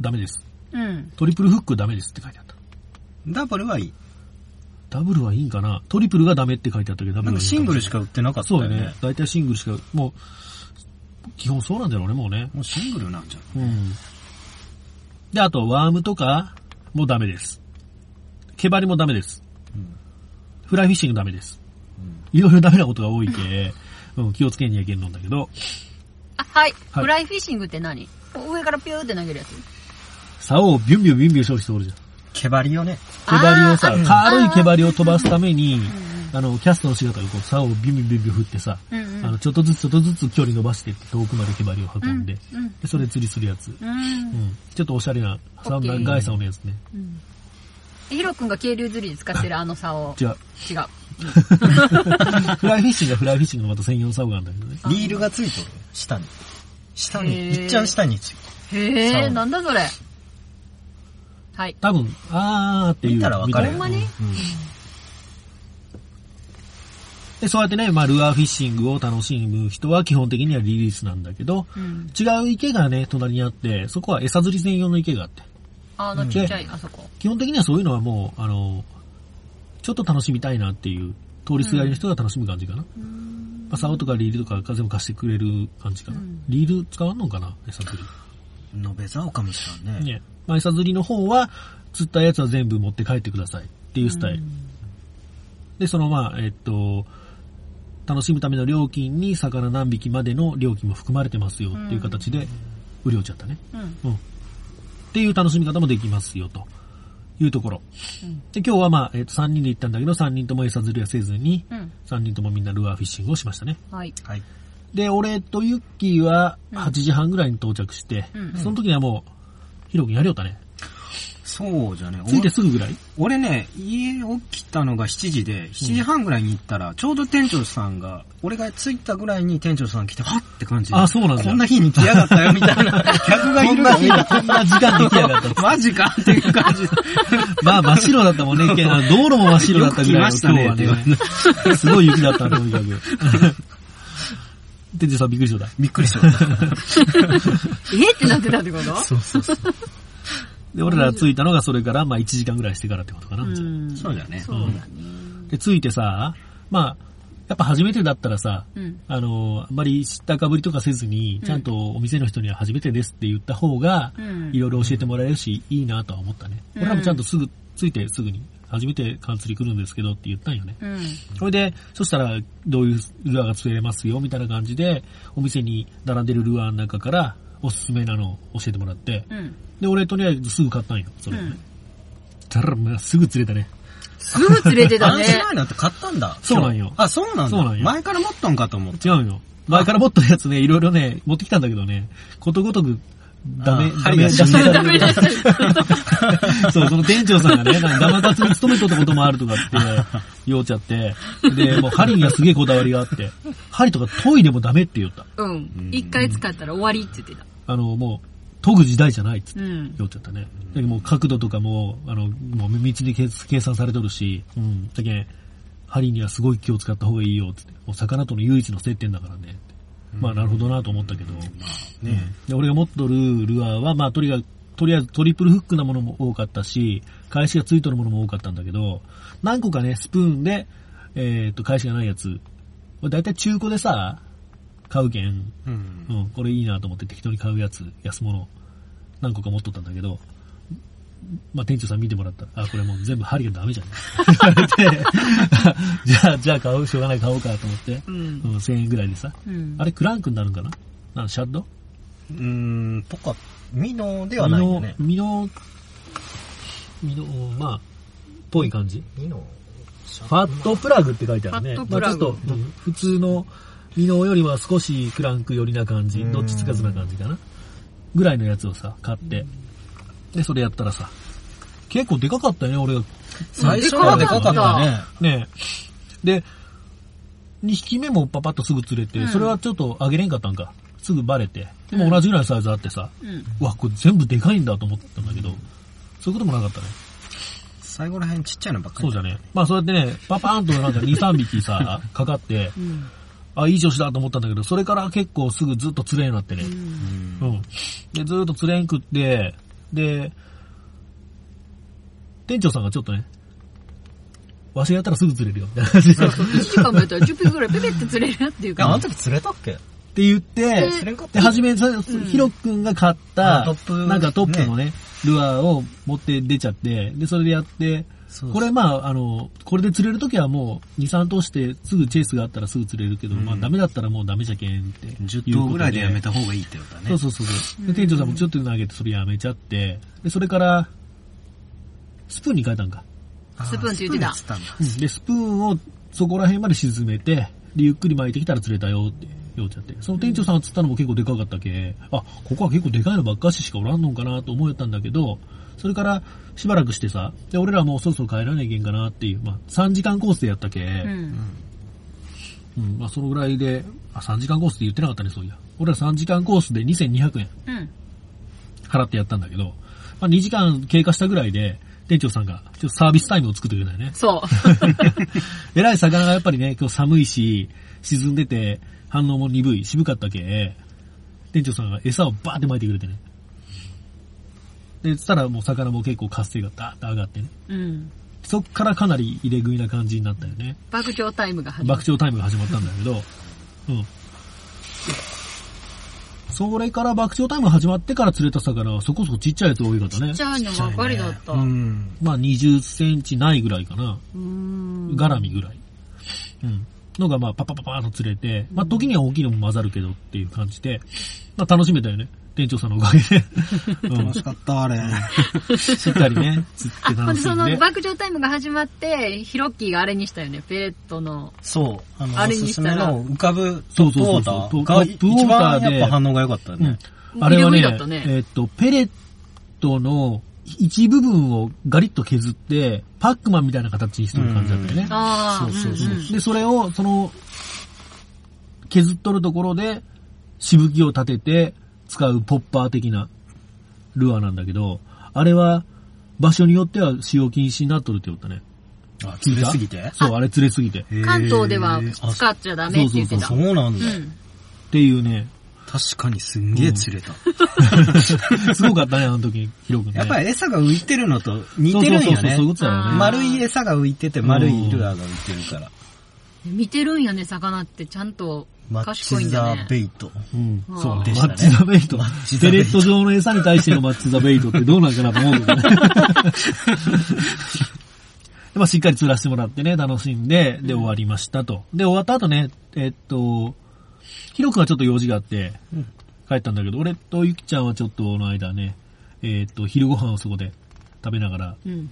[SPEAKER 3] ダメです。
[SPEAKER 4] うん。
[SPEAKER 3] トリプルフックダメですって書いてあった。
[SPEAKER 5] ダブルはいい。
[SPEAKER 3] ダブルはいいんかなトリプルがダメって書いてあったけど、ダブ
[SPEAKER 5] な
[SPEAKER 3] ルはい
[SPEAKER 5] んか
[SPEAKER 3] い
[SPEAKER 5] シ
[SPEAKER 3] か
[SPEAKER 5] ン
[SPEAKER 3] もしれな
[SPEAKER 5] グル
[SPEAKER 3] い
[SPEAKER 5] しか売ってなかった
[SPEAKER 3] そうだ
[SPEAKER 5] よ
[SPEAKER 3] よ
[SPEAKER 5] ね
[SPEAKER 3] ね。。大体シングルしか、もう、基本そうなんだろうね、もうね。
[SPEAKER 5] もうシングルなんじゃん。
[SPEAKER 3] うん。で、あと、ワームとかもダメです。毛針もダメです。フライフィッシングダメです。
[SPEAKER 5] う
[SPEAKER 3] いろいろダメなことが多いけ、うん、気をつけにゃいけんのんだけど、
[SPEAKER 4] あ、はい。
[SPEAKER 3] はい
[SPEAKER 4] フライフィッシングって何上からピューって投げるやつ。
[SPEAKER 3] 竿をビュンビュンビュンビュン消費しておるじゃん。
[SPEAKER 5] 毛張りをね。
[SPEAKER 3] 毛張りをさ
[SPEAKER 4] あー、
[SPEAKER 3] 軽い毛張りを飛ばすために、あの、キャストの姿がこう、竿をビュンビュンビュンビュン振ってさ、
[SPEAKER 4] うんうん
[SPEAKER 3] あの、ちょっとずつちょっとずつ距離伸ばしてって遠くまで毛張りを運んで、
[SPEAKER 4] うん
[SPEAKER 3] でそれで釣りするやつ。
[SPEAKER 4] う。
[SPEAKER 3] うんん。ちょっとおしゃれな、サウ
[SPEAKER 4] オッケ
[SPEAKER 3] ン
[SPEAKER 4] ー
[SPEAKER 3] ガイさんのやつね。
[SPEAKER 4] うん。ヒロ君が渓流釣りで使ってるあの竿。
[SPEAKER 3] 違う。
[SPEAKER 4] 違う。
[SPEAKER 3] フライフィッシングはフライフィッシングのまた専用サウがあるんだけどね。
[SPEAKER 5] リールがついてる。下に。下
[SPEAKER 4] へ
[SPEAKER 5] に。
[SPEAKER 4] ー
[SPEAKER 5] いっちゃん下について
[SPEAKER 4] へえ、
[SPEAKER 5] 竿
[SPEAKER 4] なんだそれ。はい。
[SPEAKER 3] 多分、あーっていう。
[SPEAKER 5] 見たらわか
[SPEAKER 3] み
[SPEAKER 5] るよ。
[SPEAKER 3] い
[SPEAKER 4] ほん
[SPEAKER 3] な
[SPEAKER 4] まに
[SPEAKER 3] で、そうやってね、まあ、ルアーフィッシングを楽しむ人は基本的にはリリースなんだけど、
[SPEAKER 4] うん。
[SPEAKER 3] 違う池がね、隣にあって、そこは餌釣り専用の池があって、
[SPEAKER 4] あのちっちゃい、あそこ。
[SPEAKER 3] 基本的にはそういうのはもう、あの、ちょっと楽しみたいなっていう、通りすがりの人が楽しむ感じかな。まあ、竿とかリールとか全部貸してくれる感じかな。
[SPEAKER 4] うん
[SPEAKER 3] リール使わんのかな、餌釣り。
[SPEAKER 5] うん。のべざおかみさんね。
[SPEAKER 3] ね。まあ、餌釣りの方は、釣ったやつは全部持って帰ってくださいっていうスタイル。で、そのまあ、えっと、楽しむための料金に魚何匹までの料金も含まれてますよっていう形で、売り落ちちゃったね。
[SPEAKER 4] うん。
[SPEAKER 3] うん。っていう楽しみ方もできますよというところ。
[SPEAKER 4] うん
[SPEAKER 3] で、今日はまあ、えっと、3人で行ったんだけど、3人とも餌釣りはせずに、
[SPEAKER 4] うん。
[SPEAKER 3] 3人ともみんなルアーフィッシングをしましたね。
[SPEAKER 4] はい。
[SPEAKER 5] はい。
[SPEAKER 3] で、俺とユッキーは
[SPEAKER 4] うん
[SPEAKER 3] 8時半ぐらいに到着して、
[SPEAKER 4] うん
[SPEAKER 3] その時にはもう、ヒロ君やりよったね。
[SPEAKER 5] そうじゃね。
[SPEAKER 3] 着いてすぐぐらい
[SPEAKER 5] 俺ね、家起きたのが7時で、7時半ぐらいに行ったら、ちょうど店長さんが、俺が着いたぐらいに店長さん来て、はっって感じで。
[SPEAKER 3] あそうなんだ
[SPEAKER 5] こんな日に来やがったよ、みたいな。客がいるよ、みたいな。
[SPEAKER 3] こんな時間に来やが った。
[SPEAKER 5] マジかっていう感じで。
[SPEAKER 3] まあ真っ白だったもんね、一見あの道路も真っ白だったぐらいの
[SPEAKER 5] よく来ましたね
[SPEAKER 3] 今日はね。すごい雪だったね、とに かく。 店長さんびっくりした。
[SPEAKER 5] びっくりしちゃった。
[SPEAKER 4] えってなってたってこと
[SPEAKER 5] そうそうそう。
[SPEAKER 3] で、俺ら着いたのがそれから、まあ1時間ぐらいしてからってことかな。
[SPEAKER 4] うん。
[SPEAKER 5] そうだね。
[SPEAKER 4] そうだね。
[SPEAKER 3] で、着いてさ、まあ、やっぱ初めてだったらさ、
[SPEAKER 4] うん。
[SPEAKER 3] あの、あんまり知ったかぶりとかせずに、ちゃんとお店の人には初めてですって言った方が
[SPEAKER 4] う、ん
[SPEAKER 3] いろいろ教えてもらえるし、いいなとは思ったね。
[SPEAKER 4] うん
[SPEAKER 3] 俺らもちゃんとすぐ、着いてすぐに、初めて缶釣り来るんですけどって言ったんよね。
[SPEAKER 4] うん。
[SPEAKER 3] それで、そしたら、どういうルアーが釣れますよ、みたいな感じで、お店に並んでるルアーの中から、おすすめなのを教えてもらって、
[SPEAKER 4] うん。
[SPEAKER 3] で、俺とりあえずすぐ買ったんよ、それをね。
[SPEAKER 4] うん
[SPEAKER 3] たら、まあすぐ釣れたね。
[SPEAKER 4] すぐ連れてた
[SPEAKER 5] 男
[SPEAKER 4] ね。
[SPEAKER 5] 子前だって買ったんだ。
[SPEAKER 3] そうなんよ
[SPEAKER 5] あ、そうなん
[SPEAKER 3] そうな
[SPEAKER 5] だ
[SPEAKER 3] ん。よ
[SPEAKER 5] 前から持っとんかと思って。
[SPEAKER 3] 違うよ。前から持ってるやつね、いろいろね、持ってきたんだけどね、ことごとく、ダメ
[SPEAKER 5] あ、ー
[SPEAKER 3] ダメ、
[SPEAKER 5] 針が死んだ
[SPEAKER 3] ダメ出しそう、その店長さんがね、なんかガマカツに勤めとったこともあるとかって、言おうちゃって、で、もう針にはすげえこだわりがあって、針とか研いでもダメって言った。
[SPEAKER 4] うん。一回使ったら終わりって言ってた。
[SPEAKER 3] あの、もう、研ぐ時代じゃないっつって。
[SPEAKER 4] うん。
[SPEAKER 3] 酔っちゃったね。だけどもう角度とかも、あの、もう道で計計算されとるし、うん。だけん針にはすごい気を使った方がいいよ、つって。もう魚との唯一の接点だからね。ってまあ、なるほどなと思ったけど。
[SPEAKER 5] ね
[SPEAKER 3] で、俺が持っとるルアーは、まあ、とりあえず、とりあえずトリプルフックなものも多かったし、返しがついとるものも多かったんだけど、何個かね、スプーンで、えーっと、返しがないやつ。だいたい中古でさ、買うけん、
[SPEAKER 5] うん
[SPEAKER 3] う。ん、これいいなと思って適当に買うやつ、安物、何個か持っとったんだけど、まあ、店長さん見てもらったら、あ、これもう全部針がダメじゃん。言われて、 じゃあ、じゃあ買う、しょうがない買おうかと思って、う
[SPEAKER 4] う
[SPEAKER 3] ん
[SPEAKER 4] ん。
[SPEAKER 3] 1000円ぐらいでさ、
[SPEAKER 4] うん
[SPEAKER 3] あ。れクランクになるんかななんシャッド
[SPEAKER 5] うーん、とか、ミノでは
[SPEAKER 3] ミ
[SPEAKER 5] ないよ
[SPEAKER 3] ノ
[SPEAKER 5] ね、。
[SPEAKER 3] ミノ、ミノ、まあ、ぽい感じ。
[SPEAKER 5] ミノ
[SPEAKER 3] ファットプラグって書いてあるね。
[SPEAKER 4] ファ
[SPEAKER 3] ま
[SPEAKER 4] ット
[SPEAKER 3] あちょ
[SPEAKER 4] プラ
[SPEAKER 3] っ
[SPEAKER 4] グ
[SPEAKER 3] と、うん普通のミノーよりは少しクランク寄りな感じ、
[SPEAKER 5] うん
[SPEAKER 3] どっちつかずな感じかな。ぐらいのやつをさ、買って。で、それやったらさ、結構でかかったよね、俺が。
[SPEAKER 5] 最初はでかかったね。
[SPEAKER 3] ねえで、2匹目もパパッとすぐ釣れて、
[SPEAKER 4] うん
[SPEAKER 3] それはちょっとあげれんかったんか。すぐバレて。でも同じぐらいのサイズあってさ、
[SPEAKER 4] うん。
[SPEAKER 3] うわ、これ全部でかいんだと思ったんだけど、そういうこともなかったね。
[SPEAKER 5] 最後らへんちっちゃいのばっかり。
[SPEAKER 3] そうじゃね。まあそうやってね、パパーンとなんか2、3匹 さ、かかって、
[SPEAKER 4] うん。
[SPEAKER 3] あ、いい調子だと思ったんだけど、それから結構すぐずっと釣れんようになってね。
[SPEAKER 5] うん
[SPEAKER 3] うん。で、ずっと釣れんくって、で、店長さんがちょっとね、わしがやったらすぐ釣れるよ、みたいな感 じでっ
[SPEAKER 4] 1時間もやったら10分ぐらいペペって釣れるなっていう
[SPEAKER 5] いや、あ
[SPEAKER 4] か
[SPEAKER 5] の。時釣れたっけ
[SPEAKER 3] て言って、
[SPEAKER 5] 釣れんかった
[SPEAKER 3] で、初め、そヒロ君が買った
[SPEAKER 5] あトッ、プ
[SPEAKER 3] なんかトップのね、ルアーを持って出ちゃって、で、それでやって、
[SPEAKER 5] そう
[SPEAKER 3] これまあ、あの、これで釣れるときはもう、2、3頭して、すぐチェイスがあったらすぐ釣れるけど、
[SPEAKER 5] うん
[SPEAKER 3] まあダメだったらもうダメじゃけんっていうことで。
[SPEAKER 5] 10頭ぐらいでやめた方がいいってことだね。
[SPEAKER 3] そうそうそうそう。で、店長さんもちょっと投げてそれやめちゃって、で、それから、スプーンに変えたんか。
[SPEAKER 5] あー
[SPEAKER 4] スプーンって言ってた
[SPEAKER 5] スプーンって言って
[SPEAKER 3] で、スプーンをそこら辺まで沈めて、で、ゆっくり巻いてきたら釣れたよって、ようちゃって。その店長さんが釣ったのも結構でかかったけ、あ、ここは結構でかいのばっかししかおらんのんかなと思えたんだけど、それからしばらくしてさ、で、俺らもうそろそろ帰らなきゃいけんかなっていう、まあ、3時間コースでやったけ、
[SPEAKER 4] う。
[SPEAKER 3] うんん、まあ、そのぐらいで、あ、3時間コースって言ってなかったね、そういや。俺ら3時間コースで2200円
[SPEAKER 4] うん。
[SPEAKER 3] 払ってやったんだけど、まあ、2時間経過したぐらいで、店長さんが、ちょっとサービスタイムを作ってくれたよね。
[SPEAKER 4] そう。
[SPEAKER 3] えらい魚がやっぱりね、今日寒いし、沈んでて、反応も鈍い、渋かったけ、店長さんが餌をバーって巻いてくれてね。で、そしたらもう魚も結構活性がダーッと上がってね。
[SPEAKER 4] うん。
[SPEAKER 3] そっからかなり入れ食いな感じになったよね。
[SPEAKER 4] 爆笑タイムが始まる。
[SPEAKER 3] 爆笑タイムが始まったんだけど、うん。それから爆笑タイムが始まってから釣れた魚はそこそこちっちゃいやつ多いかったね
[SPEAKER 4] ちっ。ちゃいのばっかりだっ
[SPEAKER 5] た。
[SPEAKER 4] た。
[SPEAKER 5] う。
[SPEAKER 4] うん
[SPEAKER 3] まあ20センチないぐらいかな。
[SPEAKER 4] ーん。
[SPEAKER 3] 絡みぐらい。うん。のが、まあ、パッパッパッパーと釣れて、まあ、時には大きいのも混ざるけどっていう感じで、まあ、楽しめたよね。店長さんのおかげ で。うん
[SPEAKER 5] 楽しかった、あれ。
[SPEAKER 3] しっかりね、釣っ
[SPEAKER 4] あ、
[SPEAKER 3] て
[SPEAKER 4] ほん
[SPEAKER 3] 楽
[SPEAKER 4] で
[SPEAKER 3] し
[SPEAKER 4] そ
[SPEAKER 3] んで
[SPEAKER 4] の。爆笑タイムが始まって、ヒロッキーがあれにしたよね、ペレットの。
[SPEAKER 5] そう。あの、
[SPEAKER 4] あ
[SPEAKER 5] お
[SPEAKER 4] れ
[SPEAKER 5] す
[SPEAKER 4] にし
[SPEAKER 5] す
[SPEAKER 4] たら
[SPEAKER 5] めの浮かぶ
[SPEAKER 3] そう
[SPEAKER 5] ト
[SPEAKER 3] そうそうそう
[SPEAKER 5] ップウォーター
[SPEAKER 3] ト
[SPEAKER 5] が
[SPEAKER 3] ップウォー
[SPEAKER 5] 一
[SPEAKER 3] ター
[SPEAKER 5] 番
[SPEAKER 3] で
[SPEAKER 5] やっぱ反応が良かったよ
[SPEAKER 3] う
[SPEAKER 5] ね
[SPEAKER 3] ん。。あれは
[SPEAKER 4] 入
[SPEAKER 3] ね
[SPEAKER 4] れ食いだったね、
[SPEAKER 3] えっと、ペレットの一部分をガリッと削って、パックマンみたいな形にする感じだったよね。
[SPEAKER 4] あ
[SPEAKER 5] そ
[SPEAKER 4] あ。
[SPEAKER 5] うそうそうん
[SPEAKER 4] ん
[SPEAKER 3] で、それを、その、削っとるところで、しぶきを立てて使うポッパー的なルアーなんだけど、あれは場所によっては使用禁止になっとるって言ったね。
[SPEAKER 5] あ、釣れすぎて
[SPEAKER 3] そう、あれ釣れすぎて。っ
[SPEAKER 4] 関東では
[SPEAKER 5] へーあ
[SPEAKER 4] 使っちゃダメって言ってた。
[SPEAKER 5] そうなんだ。
[SPEAKER 4] うん
[SPEAKER 3] ていうね、
[SPEAKER 5] 確かにすんげえ釣れた。
[SPEAKER 3] すごかったね、あの時、広くね。
[SPEAKER 5] やっぱ
[SPEAKER 3] り
[SPEAKER 5] り餌が浮いてるのと似てるん
[SPEAKER 3] そう
[SPEAKER 5] よ
[SPEAKER 3] そうそう、
[SPEAKER 5] ね
[SPEAKER 3] そういう。ことだよね。
[SPEAKER 5] 丸い餌が浮いてて丸いルアーが浮いてるから。
[SPEAKER 4] 見てるんやね、魚って。ちゃんと
[SPEAKER 5] マッ
[SPEAKER 4] 賢い
[SPEAKER 5] チ
[SPEAKER 4] んだ
[SPEAKER 5] ザ
[SPEAKER 4] ね。
[SPEAKER 5] ベイト。
[SPEAKER 3] うん、
[SPEAKER 4] うん
[SPEAKER 3] そうね
[SPEAKER 5] で
[SPEAKER 3] マ
[SPEAKER 5] したね
[SPEAKER 3] ッチザベイト。
[SPEAKER 5] チザ
[SPEAKER 3] ペ
[SPEAKER 5] ベイ
[SPEAKER 3] レ
[SPEAKER 5] ト
[SPEAKER 3] ット状の餌に対してのマッチザベイトってどうなんかなと思うけどね。 まあしっかり釣らせてもらってね、楽しんで、で終わりましたと。で終わった後ね、えっと、ヒロ君はちょっと用事があって、帰ったんだけど、俺とゆきちゃんはちょっとの間ね、えっと、昼ご飯をそこで食べながら、
[SPEAKER 4] うん。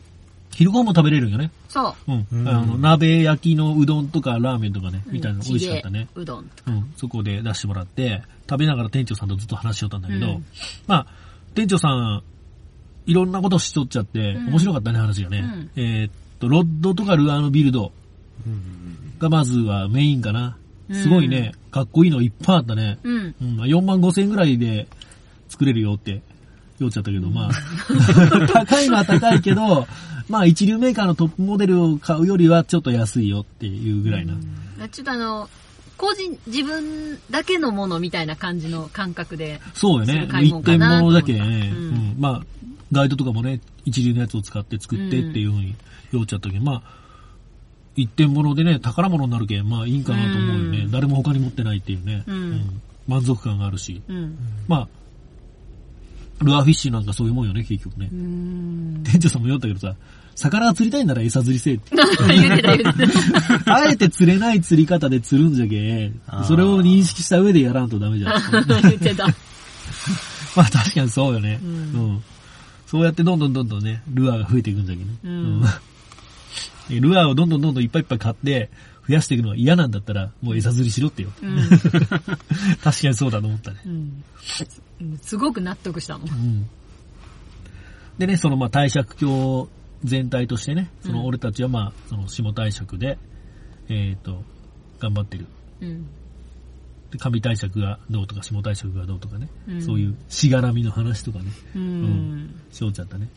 [SPEAKER 3] 昼ご飯も食べれるんよね。
[SPEAKER 4] そう。
[SPEAKER 3] うん。
[SPEAKER 5] うん
[SPEAKER 3] あの、鍋焼きのうどんとかラーメンとかね、みたいなの
[SPEAKER 4] うん
[SPEAKER 3] 美味しかったね。
[SPEAKER 4] チゲうどんとか。
[SPEAKER 3] うん、そこで出してもらって、食べながら店長さんとずっと話しよったんだけど、
[SPEAKER 4] うん
[SPEAKER 3] まあ、店長さん、いろんなことしとっちゃって、
[SPEAKER 4] ん
[SPEAKER 3] 面白かったね、話がね。
[SPEAKER 4] うん
[SPEAKER 3] えーっと、ロッドとかルアーのビルドがまずはメインかな。すごいね、かっこいいのいっぱいあったね。
[SPEAKER 4] うん。
[SPEAKER 3] うん、4万5千円ぐらいで作れるよって、言っちゃったけど、ま あ、高いのは高いけど、まあ一流メーカーのトップモデルを買うよりはちょっと安いよっていうぐらいな。
[SPEAKER 4] ちょっとあの、個人、自分だけのものみたいな感じの感覚で。
[SPEAKER 3] そうよ
[SPEAKER 4] す
[SPEAKER 3] ね
[SPEAKER 4] る。買い
[SPEAKER 3] 一
[SPEAKER 4] 物か
[SPEAKER 3] 点
[SPEAKER 4] な
[SPEAKER 3] 物だけね、
[SPEAKER 4] と
[SPEAKER 3] う
[SPEAKER 4] 思
[SPEAKER 3] ん
[SPEAKER 4] ったうん
[SPEAKER 3] まあ、ガイドとかもね、一流のやつを使って作ってっていうふうに言っちゃったけど、まあ、一点物でね、宝物になるけん、まあいいんかなと思うよね。
[SPEAKER 4] うん
[SPEAKER 3] 誰も他に持ってないっていうね、
[SPEAKER 4] うん
[SPEAKER 3] 満足感があるし。
[SPEAKER 4] うん。
[SPEAKER 3] まあ、ルアーフィッシュなんかそういうもんよね、結局ね。
[SPEAKER 4] うん。
[SPEAKER 3] 店長さんも言ったけどさ、魚が釣りたいなら餌釣りせえって。
[SPEAKER 4] 言ってた言ってた。
[SPEAKER 3] あえて釣れない釣り方で釣るんじゃけ
[SPEAKER 5] あー
[SPEAKER 3] それを認識した上でやらんとダメじゃん。
[SPEAKER 4] 言ってた。
[SPEAKER 3] まあ確かにそうよね。
[SPEAKER 4] う
[SPEAKER 3] うんん。そうやってどんどんどんどんね、ルアーが増えていくん だけどね。
[SPEAKER 4] うん
[SPEAKER 3] うんルアーをどんどんどんどんいっぱいいっぱい買って、増やしていくのが嫌なんだったら、もう餌釣りしろ ってよ。
[SPEAKER 4] う
[SPEAKER 3] 確かにそうだと思ったね。
[SPEAKER 4] ん。うん。すごく納得したもん。
[SPEAKER 3] うん。でね、そのまあ帝釈教全体としてね、その俺たちはまあ、その下帝釈で、えっ、と、頑張ってる。
[SPEAKER 4] うん。
[SPEAKER 3] で上帝釈がどうとか下帝釈がどうとかね、
[SPEAKER 4] うん
[SPEAKER 3] そういうしがらみの話とかね、
[SPEAKER 4] うん。
[SPEAKER 3] しようちゃったね。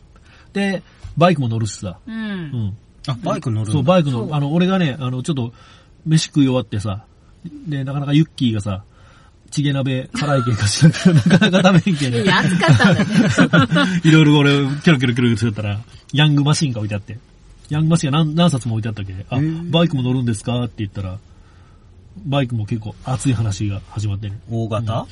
[SPEAKER 3] で、バイクも乗るしさ、
[SPEAKER 4] う。
[SPEAKER 3] うんん。
[SPEAKER 5] あ、バイク乗る
[SPEAKER 3] そう、バイク
[SPEAKER 4] そう
[SPEAKER 3] の、あの、俺がね、あの、ちょっと、飯食い終わってさ、で、なかなかユッキーがさ、チゲ鍋、辛い系かしらん けど、なかなか食べへんけん
[SPEAKER 4] い
[SPEAKER 3] ね。
[SPEAKER 4] や、暑かったんだね。
[SPEAKER 3] いろいろ俺、キョロキョロキョロキョロしてたら、ヤングマシンが置いてあって。ヤングマシンが何何冊も置いてあったっけあ、バイクも乗るんですかって言ったら、バイクも結構熱い話が始まってね。
[SPEAKER 5] 大型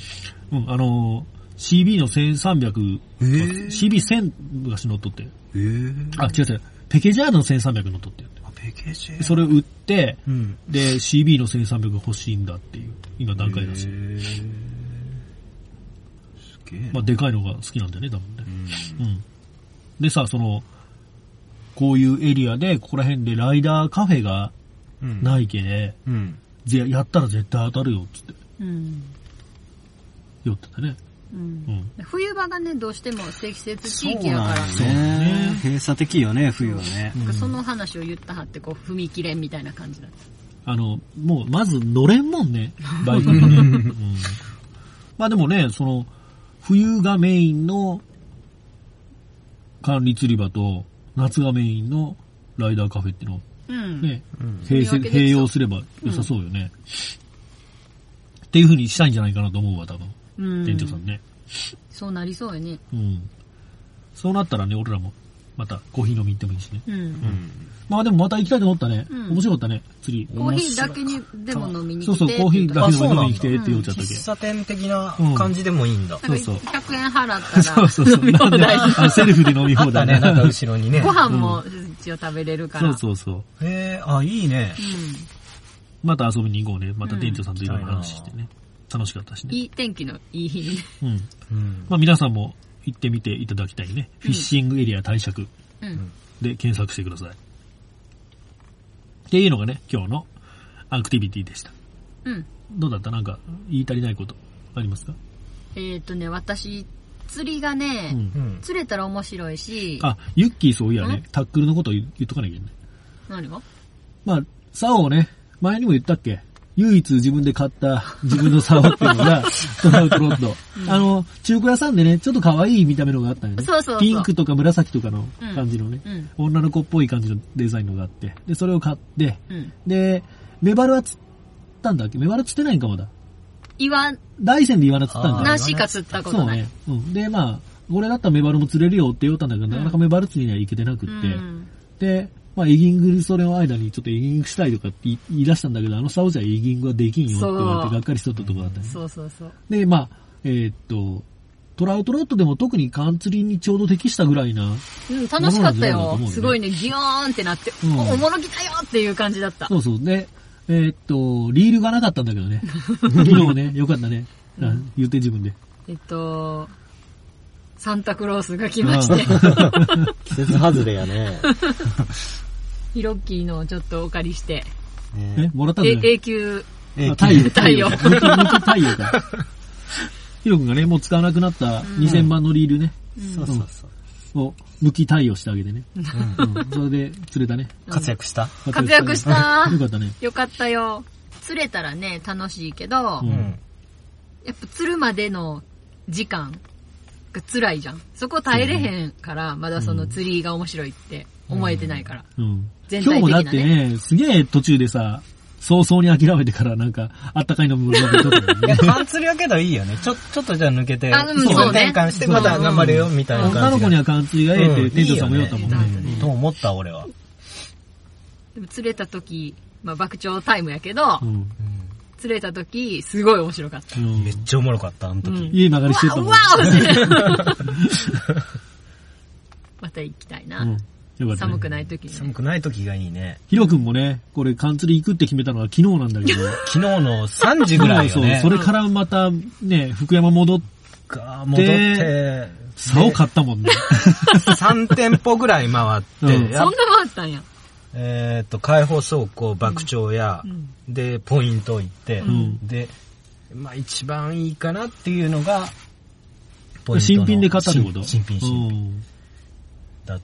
[SPEAKER 3] うん、あのー CB の1300、
[SPEAKER 5] えぇ
[SPEAKER 3] CB1000 がし乗っとって。
[SPEAKER 5] えぇ
[SPEAKER 3] あ、違う違う。ペペケジャーの1300の取ってるんだよ
[SPEAKER 5] あペケジェ
[SPEAKER 3] それを売って、
[SPEAKER 5] うん。
[SPEAKER 3] で、CB の1300が欲しいんだっていう、今段階だし
[SPEAKER 5] へ
[SPEAKER 3] い。
[SPEAKER 5] ーすげえな。
[SPEAKER 3] まあ、でかいのが好きなんだよね、多分ね
[SPEAKER 5] う。ん
[SPEAKER 3] うん。でさ、その、こういうエリアで、ここら辺でライダーカフェが
[SPEAKER 5] うん
[SPEAKER 3] ないけで、
[SPEAKER 5] うん。
[SPEAKER 3] ぜやったら絶対当たるよ、つって、
[SPEAKER 4] うん。
[SPEAKER 3] 言ってたね。
[SPEAKER 4] う。
[SPEAKER 3] うんん。
[SPEAKER 4] 冬場がね、どうしても積雪地
[SPEAKER 5] そう
[SPEAKER 4] 域やから、
[SPEAKER 5] なん
[SPEAKER 3] そうだ
[SPEAKER 5] ね
[SPEAKER 3] ね。
[SPEAKER 5] 閉鎖的よね、冬はね。
[SPEAKER 4] なんかその話を言ったはって、こう、踏み切れんみたいな感じだっ
[SPEAKER 3] あの、もう、まず乗れんもんね、バイクにね。 うんまあでもね、その、冬がメインの管理釣り場と、夏がメインのライダーカフェっていうのを
[SPEAKER 4] た。うん。
[SPEAKER 3] ね、
[SPEAKER 5] うん
[SPEAKER 3] 併
[SPEAKER 4] う
[SPEAKER 3] せ
[SPEAKER 4] ん
[SPEAKER 3] 併用すれば良さそうよね。っていう風にしたいんじゃないかなと思うわ、多分。
[SPEAKER 4] うん。
[SPEAKER 3] 店長さんね。
[SPEAKER 4] そうなりそうやね。
[SPEAKER 3] うん。そうなったらね、俺らも、またコーヒー飲み行ってもいいしね。
[SPEAKER 4] うん。
[SPEAKER 3] まあでもまた行きたいと思ったね。
[SPEAKER 4] うん
[SPEAKER 3] 面白かったね、釣り。
[SPEAKER 4] コーヒーだけにでも飲みに来
[SPEAKER 3] そ
[SPEAKER 4] て。
[SPEAKER 3] うそう、コーヒーだけでも飲みに来てって
[SPEAKER 4] あそう
[SPEAKER 3] 言
[SPEAKER 4] な
[SPEAKER 3] っ
[SPEAKER 4] ん
[SPEAKER 3] ちゃったっけ。
[SPEAKER 5] 喫茶店的な感じでもいいんだ。
[SPEAKER 4] なん
[SPEAKER 3] そ
[SPEAKER 4] か
[SPEAKER 3] うそう
[SPEAKER 4] 100円払った
[SPEAKER 3] そ
[SPEAKER 4] ら
[SPEAKER 3] うそうそう。
[SPEAKER 4] 飲み放題
[SPEAKER 3] なんであのセルフで飲み
[SPEAKER 5] あ
[SPEAKER 3] 放
[SPEAKER 5] った
[SPEAKER 3] 題
[SPEAKER 5] ね、なんか後ろにね。
[SPEAKER 4] ご飯も一応食べれるから。
[SPEAKER 3] そうそうそう。
[SPEAKER 5] へえ、あ、いいね。
[SPEAKER 4] う
[SPEAKER 3] また遊びに行こうね。また店長さんといろいろ話して
[SPEAKER 5] う
[SPEAKER 3] ね。楽しかったし
[SPEAKER 4] ん。
[SPEAKER 3] ね。
[SPEAKER 4] いい天気のいい日にね。
[SPEAKER 3] うん。
[SPEAKER 5] うん。
[SPEAKER 3] まあ皆さんも行ってみていただきたいね。フィッシングエリア対策
[SPEAKER 4] うん。
[SPEAKER 3] で検索してください。っていうのがね、今日のアクティビティでした。
[SPEAKER 4] うん。
[SPEAKER 3] どうだったなんか言い足りないことありますか
[SPEAKER 4] えっ、とね、私、釣りがね、
[SPEAKER 3] うん。
[SPEAKER 5] ん。
[SPEAKER 4] 釣れたら面白いし、
[SPEAKER 3] あ、ユッキーそういやね、タックルのこと言言っとかなきゃいけない。
[SPEAKER 4] 何が
[SPEAKER 3] まあ、竿をね、前にも言ったっけ唯一自分で買った自分の竿っていうのが、 トラウトロッド。あの、中古屋さんでね、ちょっと可愛い見た目のがあったんよね。
[SPEAKER 4] そうそうそう
[SPEAKER 3] ピンクとか紫とかの感じのね、
[SPEAKER 4] うん。
[SPEAKER 3] 女の子っぽい感じのデザインのがあって、で、それを買って、
[SPEAKER 4] うん。
[SPEAKER 3] で、メバルは釣ったんだっけメバル釣ってないんかまだ。
[SPEAKER 4] 岩、
[SPEAKER 3] 大山で言わな釣ったん
[SPEAKER 5] あ
[SPEAKER 3] だ。
[SPEAKER 4] 何しか釣ったこ
[SPEAKER 3] そ
[SPEAKER 4] と
[SPEAKER 3] う
[SPEAKER 4] ない。
[SPEAKER 3] ね。うん。で、まあ、これだったらメバルも釣れるよって言おうたんだけど、なかなかメバル釣りには行けてなくって、
[SPEAKER 4] うん。
[SPEAKER 3] で、まあ、エギングそれの間にちょっとエギングしたいとかって言い言い出したんだけど、あの竿じゃエギングはできんよって言われ
[SPEAKER 4] そう
[SPEAKER 3] てがっかりしとったとこだったね。
[SPEAKER 4] そうそうそう。
[SPEAKER 3] で、まあ、えーっと、トラウトロットでも特に缶釣りにちょうど適したぐらいな、
[SPEAKER 4] うん、楽しか
[SPEAKER 3] 物な
[SPEAKER 4] ったよ
[SPEAKER 3] んだと思う。ね
[SPEAKER 4] すごいね、ギューンってなって、
[SPEAKER 3] うん
[SPEAKER 4] おおもろきだよっていう感じだった。
[SPEAKER 3] そうそう。で、えーっと、リールがなかったんだけど ね。昨日ね、よかったね。あ言って自分で。
[SPEAKER 4] えっと、サンタクロースが来まして、
[SPEAKER 6] 季節外れや ね。
[SPEAKER 4] ヒロッキーのをちょっとお借りして、
[SPEAKER 3] え、もらったん
[SPEAKER 4] え
[SPEAKER 3] だよ。
[SPEAKER 4] 永久、
[SPEAKER 5] え
[SPEAKER 3] あ太陽。
[SPEAKER 4] 太陽
[SPEAKER 3] 太陽向く太陽か。ヒロ君がね、もう使わなくなった2000番のリールね。
[SPEAKER 5] そうそうそう。
[SPEAKER 3] を向き対応してあげてね。うんそれで釣れたね。
[SPEAKER 5] 活躍した
[SPEAKER 4] 活躍したー
[SPEAKER 3] よかったね。
[SPEAKER 4] よかったよ。釣れたらね、楽しいけど、
[SPEAKER 3] うん
[SPEAKER 5] うん。
[SPEAKER 4] やっぱ釣るまでの時間が辛いじゃん。そこ耐えれへんから、まだその釣りが面白いって思えてないから。
[SPEAKER 3] うん。
[SPEAKER 4] 全
[SPEAKER 3] 今日
[SPEAKER 4] 体的
[SPEAKER 3] もだ
[SPEAKER 4] なね
[SPEAKER 3] ってね、すげえ途中でさ、早々に諦めてからなんか、あったかいのも飲んでとったもんね
[SPEAKER 5] いや、缶釣りやけどいいよね。ちょ、ちょっとじゃあ抜けて、
[SPEAKER 4] あうん
[SPEAKER 5] 気
[SPEAKER 4] そ
[SPEAKER 5] 分
[SPEAKER 4] うね
[SPEAKER 5] 転換して、また頑張れよ、みたいな
[SPEAKER 3] 女
[SPEAKER 5] 感
[SPEAKER 3] の子
[SPEAKER 5] じが。
[SPEAKER 3] には勘違いがええって、店長さんも言おったもんね。
[SPEAKER 5] うんいいよねと思った、俺は。
[SPEAKER 4] でも釣れた時、まあ爆鳥タイムやけど、
[SPEAKER 3] うん
[SPEAKER 4] 釣れた時、すごい面白かった。
[SPEAKER 3] うん
[SPEAKER 5] めっちゃおもろかった、あの
[SPEAKER 4] う
[SPEAKER 5] 時。
[SPEAKER 4] ん。
[SPEAKER 3] 家曲がりして
[SPEAKER 4] わ
[SPEAKER 3] たもん。
[SPEAKER 4] わおまた行きたいな。
[SPEAKER 3] うん。よかったね。
[SPEAKER 4] 寒くない時にね、
[SPEAKER 5] 寒くない時がいいね。
[SPEAKER 3] ヒロ君もね、これ、缶釣り行くって決めたのは昨日なんだけど。
[SPEAKER 5] 昨日の3時ぐらいよね。
[SPEAKER 3] そう、それからまた、ね、福山戻っ
[SPEAKER 5] か、戻って、
[SPEAKER 3] 竿買ったもんね。
[SPEAKER 5] 3店舗ぐらい回って、
[SPEAKER 3] うん
[SPEAKER 5] や
[SPEAKER 4] そんなもんあったんや。
[SPEAKER 5] えっと、開放倉庫、爆鳥屋、
[SPEAKER 4] うん
[SPEAKER 5] で、ポイント行って、
[SPEAKER 3] ん
[SPEAKER 5] で、まあ一番いいかなっていうのが、ポイントの
[SPEAKER 3] 新品で買ったってこと
[SPEAKER 5] 新新品、新品。
[SPEAKER 3] うん
[SPEAKER 5] だ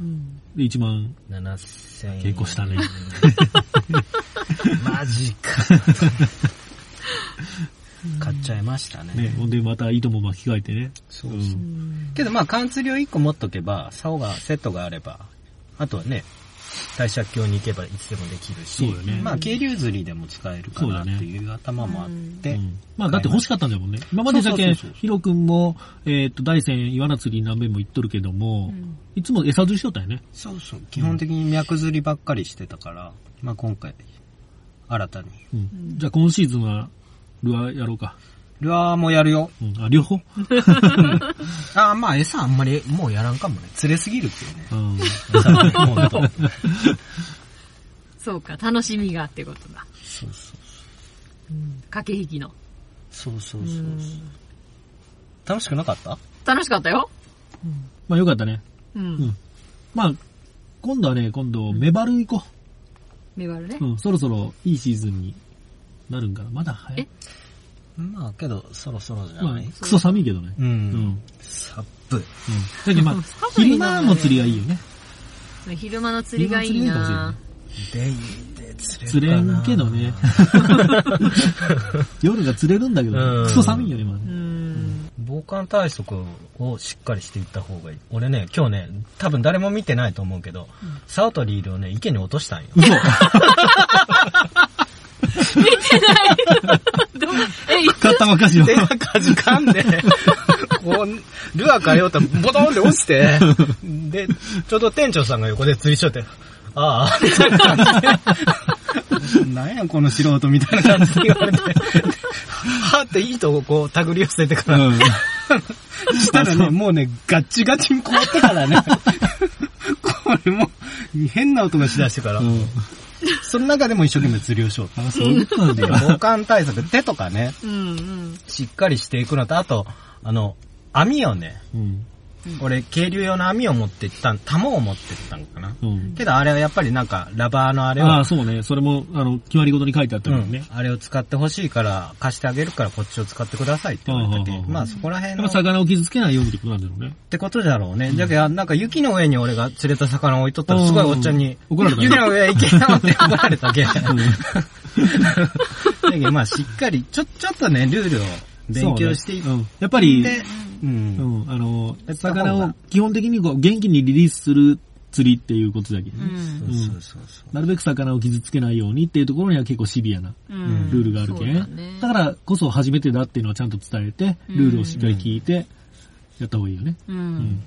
[SPEAKER 4] うん。
[SPEAKER 3] で、1万、
[SPEAKER 5] 7000円。
[SPEAKER 3] 結構したね。
[SPEAKER 5] マジか。 買っちゃいましたね。
[SPEAKER 3] ね、ほんでまた糸も巻き替えてね。
[SPEAKER 5] そう
[SPEAKER 3] う。
[SPEAKER 5] そうんけどまあ、缶釣りを1個持っとけば、竿が、セットがあれば、あとはね、大借橋に行けばいつでもできるし、
[SPEAKER 3] そうだね
[SPEAKER 5] まあ、渓流釣りでも使えるかなっていう頭もあって、
[SPEAKER 3] うんまあだって欲しかったんだもんね。今までだ
[SPEAKER 5] そ
[SPEAKER 3] け、
[SPEAKER 5] うそうそうそう
[SPEAKER 3] ヒロ君も、えっと、大山、岩名釣り何遍も行っとるけども、いつも餌釣りしとったよね。
[SPEAKER 5] そうそう、基本的に脈釣りばっかりしてたから、まあ今回、新たに。
[SPEAKER 3] うん。じゃあ今シーズンは、ルアーやろうか。
[SPEAKER 5] ルアーもやるよ。
[SPEAKER 3] うん、あ、両方
[SPEAKER 5] あーまあ餌あんまりもうやらんかもね。釣れすぎるっていうね。
[SPEAKER 3] うん。
[SPEAKER 5] 餌はねもうと
[SPEAKER 4] そうか、楽しみがってことだ。
[SPEAKER 5] そうそう。
[SPEAKER 4] うん駆け引きの。
[SPEAKER 5] そうそうそうそう。楽しくなかった
[SPEAKER 4] 楽しかったよ。
[SPEAKER 3] まあよかったね。
[SPEAKER 4] うん。
[SPEAKER 3] うんまあ、今度はね、今度、メバル行こ
[SPEAKER 4] メバルね
[SPEAKER 3] う。。うん、そろそろいいシーズンになるんかな。まだ早い。
[SPEAKER 5] まあけど、そろそろじゃ
[SPEAKER 3] ま
[SPEAKER 5] な
[SPEAKER 3] あ
[SPEAKER 5] い、
[SPEAKER 3] クソ寒いけどね。
[SPEAKER 5] う。
[SPEAKER 3] うんうん。うんん。
[SPEAKER 5] サップ。
[SPEAKER 3] だけどまあ、
[SPEAKER 4] 寒
[SPEAKER 3] 昼
[SPEAKER 4] いな
[SPEAKER 3] 間も釣りがいいよね。
[SPEAKER 4] 昼間の釣りがいい
[SPEAKER 3] 昼間の釣りがいいかも
[SPEAKER 4] な
[SPEAKER 3] し
[SPEAKER 5] レイで釣
[SPEAKER 3] 釣
[SPEAKER 5] れる
[SPEAKER 3] れ
[SPEAKER 5] かなん
[SPEAKER 3] けどね。夜が釣れるんだけど
[SPEAKER 5] う
[SPEAKER 3] ね、
[SPEAKER 5] ん
[SPEAKER 3] クソ寒いよね、今ね
[SPEAKER 4] う。ん。
[SPEAKER 5] 防寒対策をしっかりしていった方がいい。俺ね、今日ね、多分誰も見てないと思うけど、竿とリールをね、池に落と したんよ。
[SPEAKER 3] 嘘
[SPEAKER 4] 見てないどうえ、い
[SPEAKER 3] 買ったばっかしの。
[SPEAKER 5] アかじかんで、こう、ルアーかようたらボトンって落ちて、で、ちょうど店長さんが横で釣りしちゃって、ああ、みたいな感じで。なんやこの素人みたいな感じで言われて、はーっていいとここう手繰り寄せてから、
[SPEAKER 3] うん。
[SPEAKER 5] したらね、もうね、ガッチガチに凍ってからね、これもう、変な音がしだしてから、
[SPEAKER 3] うん
[SPEAKER 5] その中でも一生懸命釣りをしよう。
[SPEAKER 3] あ、そういうことなんだよ。
[SPEAKER 5] 防寒対策、手とかね、
[SPEAKER 4] うんうん。
[SPEAKER 5] しっかりしていくのと、あと、あの、網をね、
[SPEAKER 3] うん。
[SPEAKER 5] 俺、軽量用の網を持ってったん、玉を持ってったのかな。
[SPEAKER 3] うん。
[SPEAKER 5] けど、あれはやっぱりなんか、ラバーのあれを、
[SPEAKER 3] ああ、そうね。それも、あの、決まり事に書いてあった
[SPEAKER 5] う
[SPEAKER 3] から
[SPEAKER 5] ん
[SPEAKER 3] ね。
[SPEAKER 5] あれを使ってほしいから、貸してあげるからこっちを使ってくださいって言われたけ
[SPEAKER 3] うんうんうんうん
[SPEAKER 5] まあそこら
[SPEAKER 3] で
[SPEAKER 5] 辺の
[SPEAKER 3] も、魚を傷つけないようにってことなんだろうね。
[SPEAKER 5] ってことだろうね。じゃけど、なんか雪の上に俺が釣れた魚を置いとったら、すごいおっちゃんに、
[SPEAKER 3] うん怒られたね
[SPEAKER 5] 雪の上行けよって怒られたけ。だけど、まあしっかり、ちょ、ちょっとね、ルールを勉強していっ
[SPEAKER 3] そうねうんやっぱり、
[SPEAKER 5] て、う。
[SPEAKER 3] うんん、あの
[SPEAKER 5] や、った方が
[SPEAKER 3] 魚を基本的にこう元気にリリースする釣りっていうことだけど
[SPEAKER 4] う
[SPEAKER 3] ね。
[SPEAKER 4] ん。
[SPEAKER 5] そうそうそうそう。
[SPEAKER 3] なるべく魚を傷つけないようにっていうところには結構シビアな
[SPEAKER 4] うん
[SPEAKER 3] ルールがあるけ
[SPEAKER 4] そうだ
[SPEAKER 3] ん。
[SPEAKER 4] ね
[SPEAKER 3] だからこそ初めてだっていうのはちゃんと伝えて、ルールをしっかり聞いて、やった方がいいよね。
[SPEAKER 4] う
[SPEAKER 3] うんん。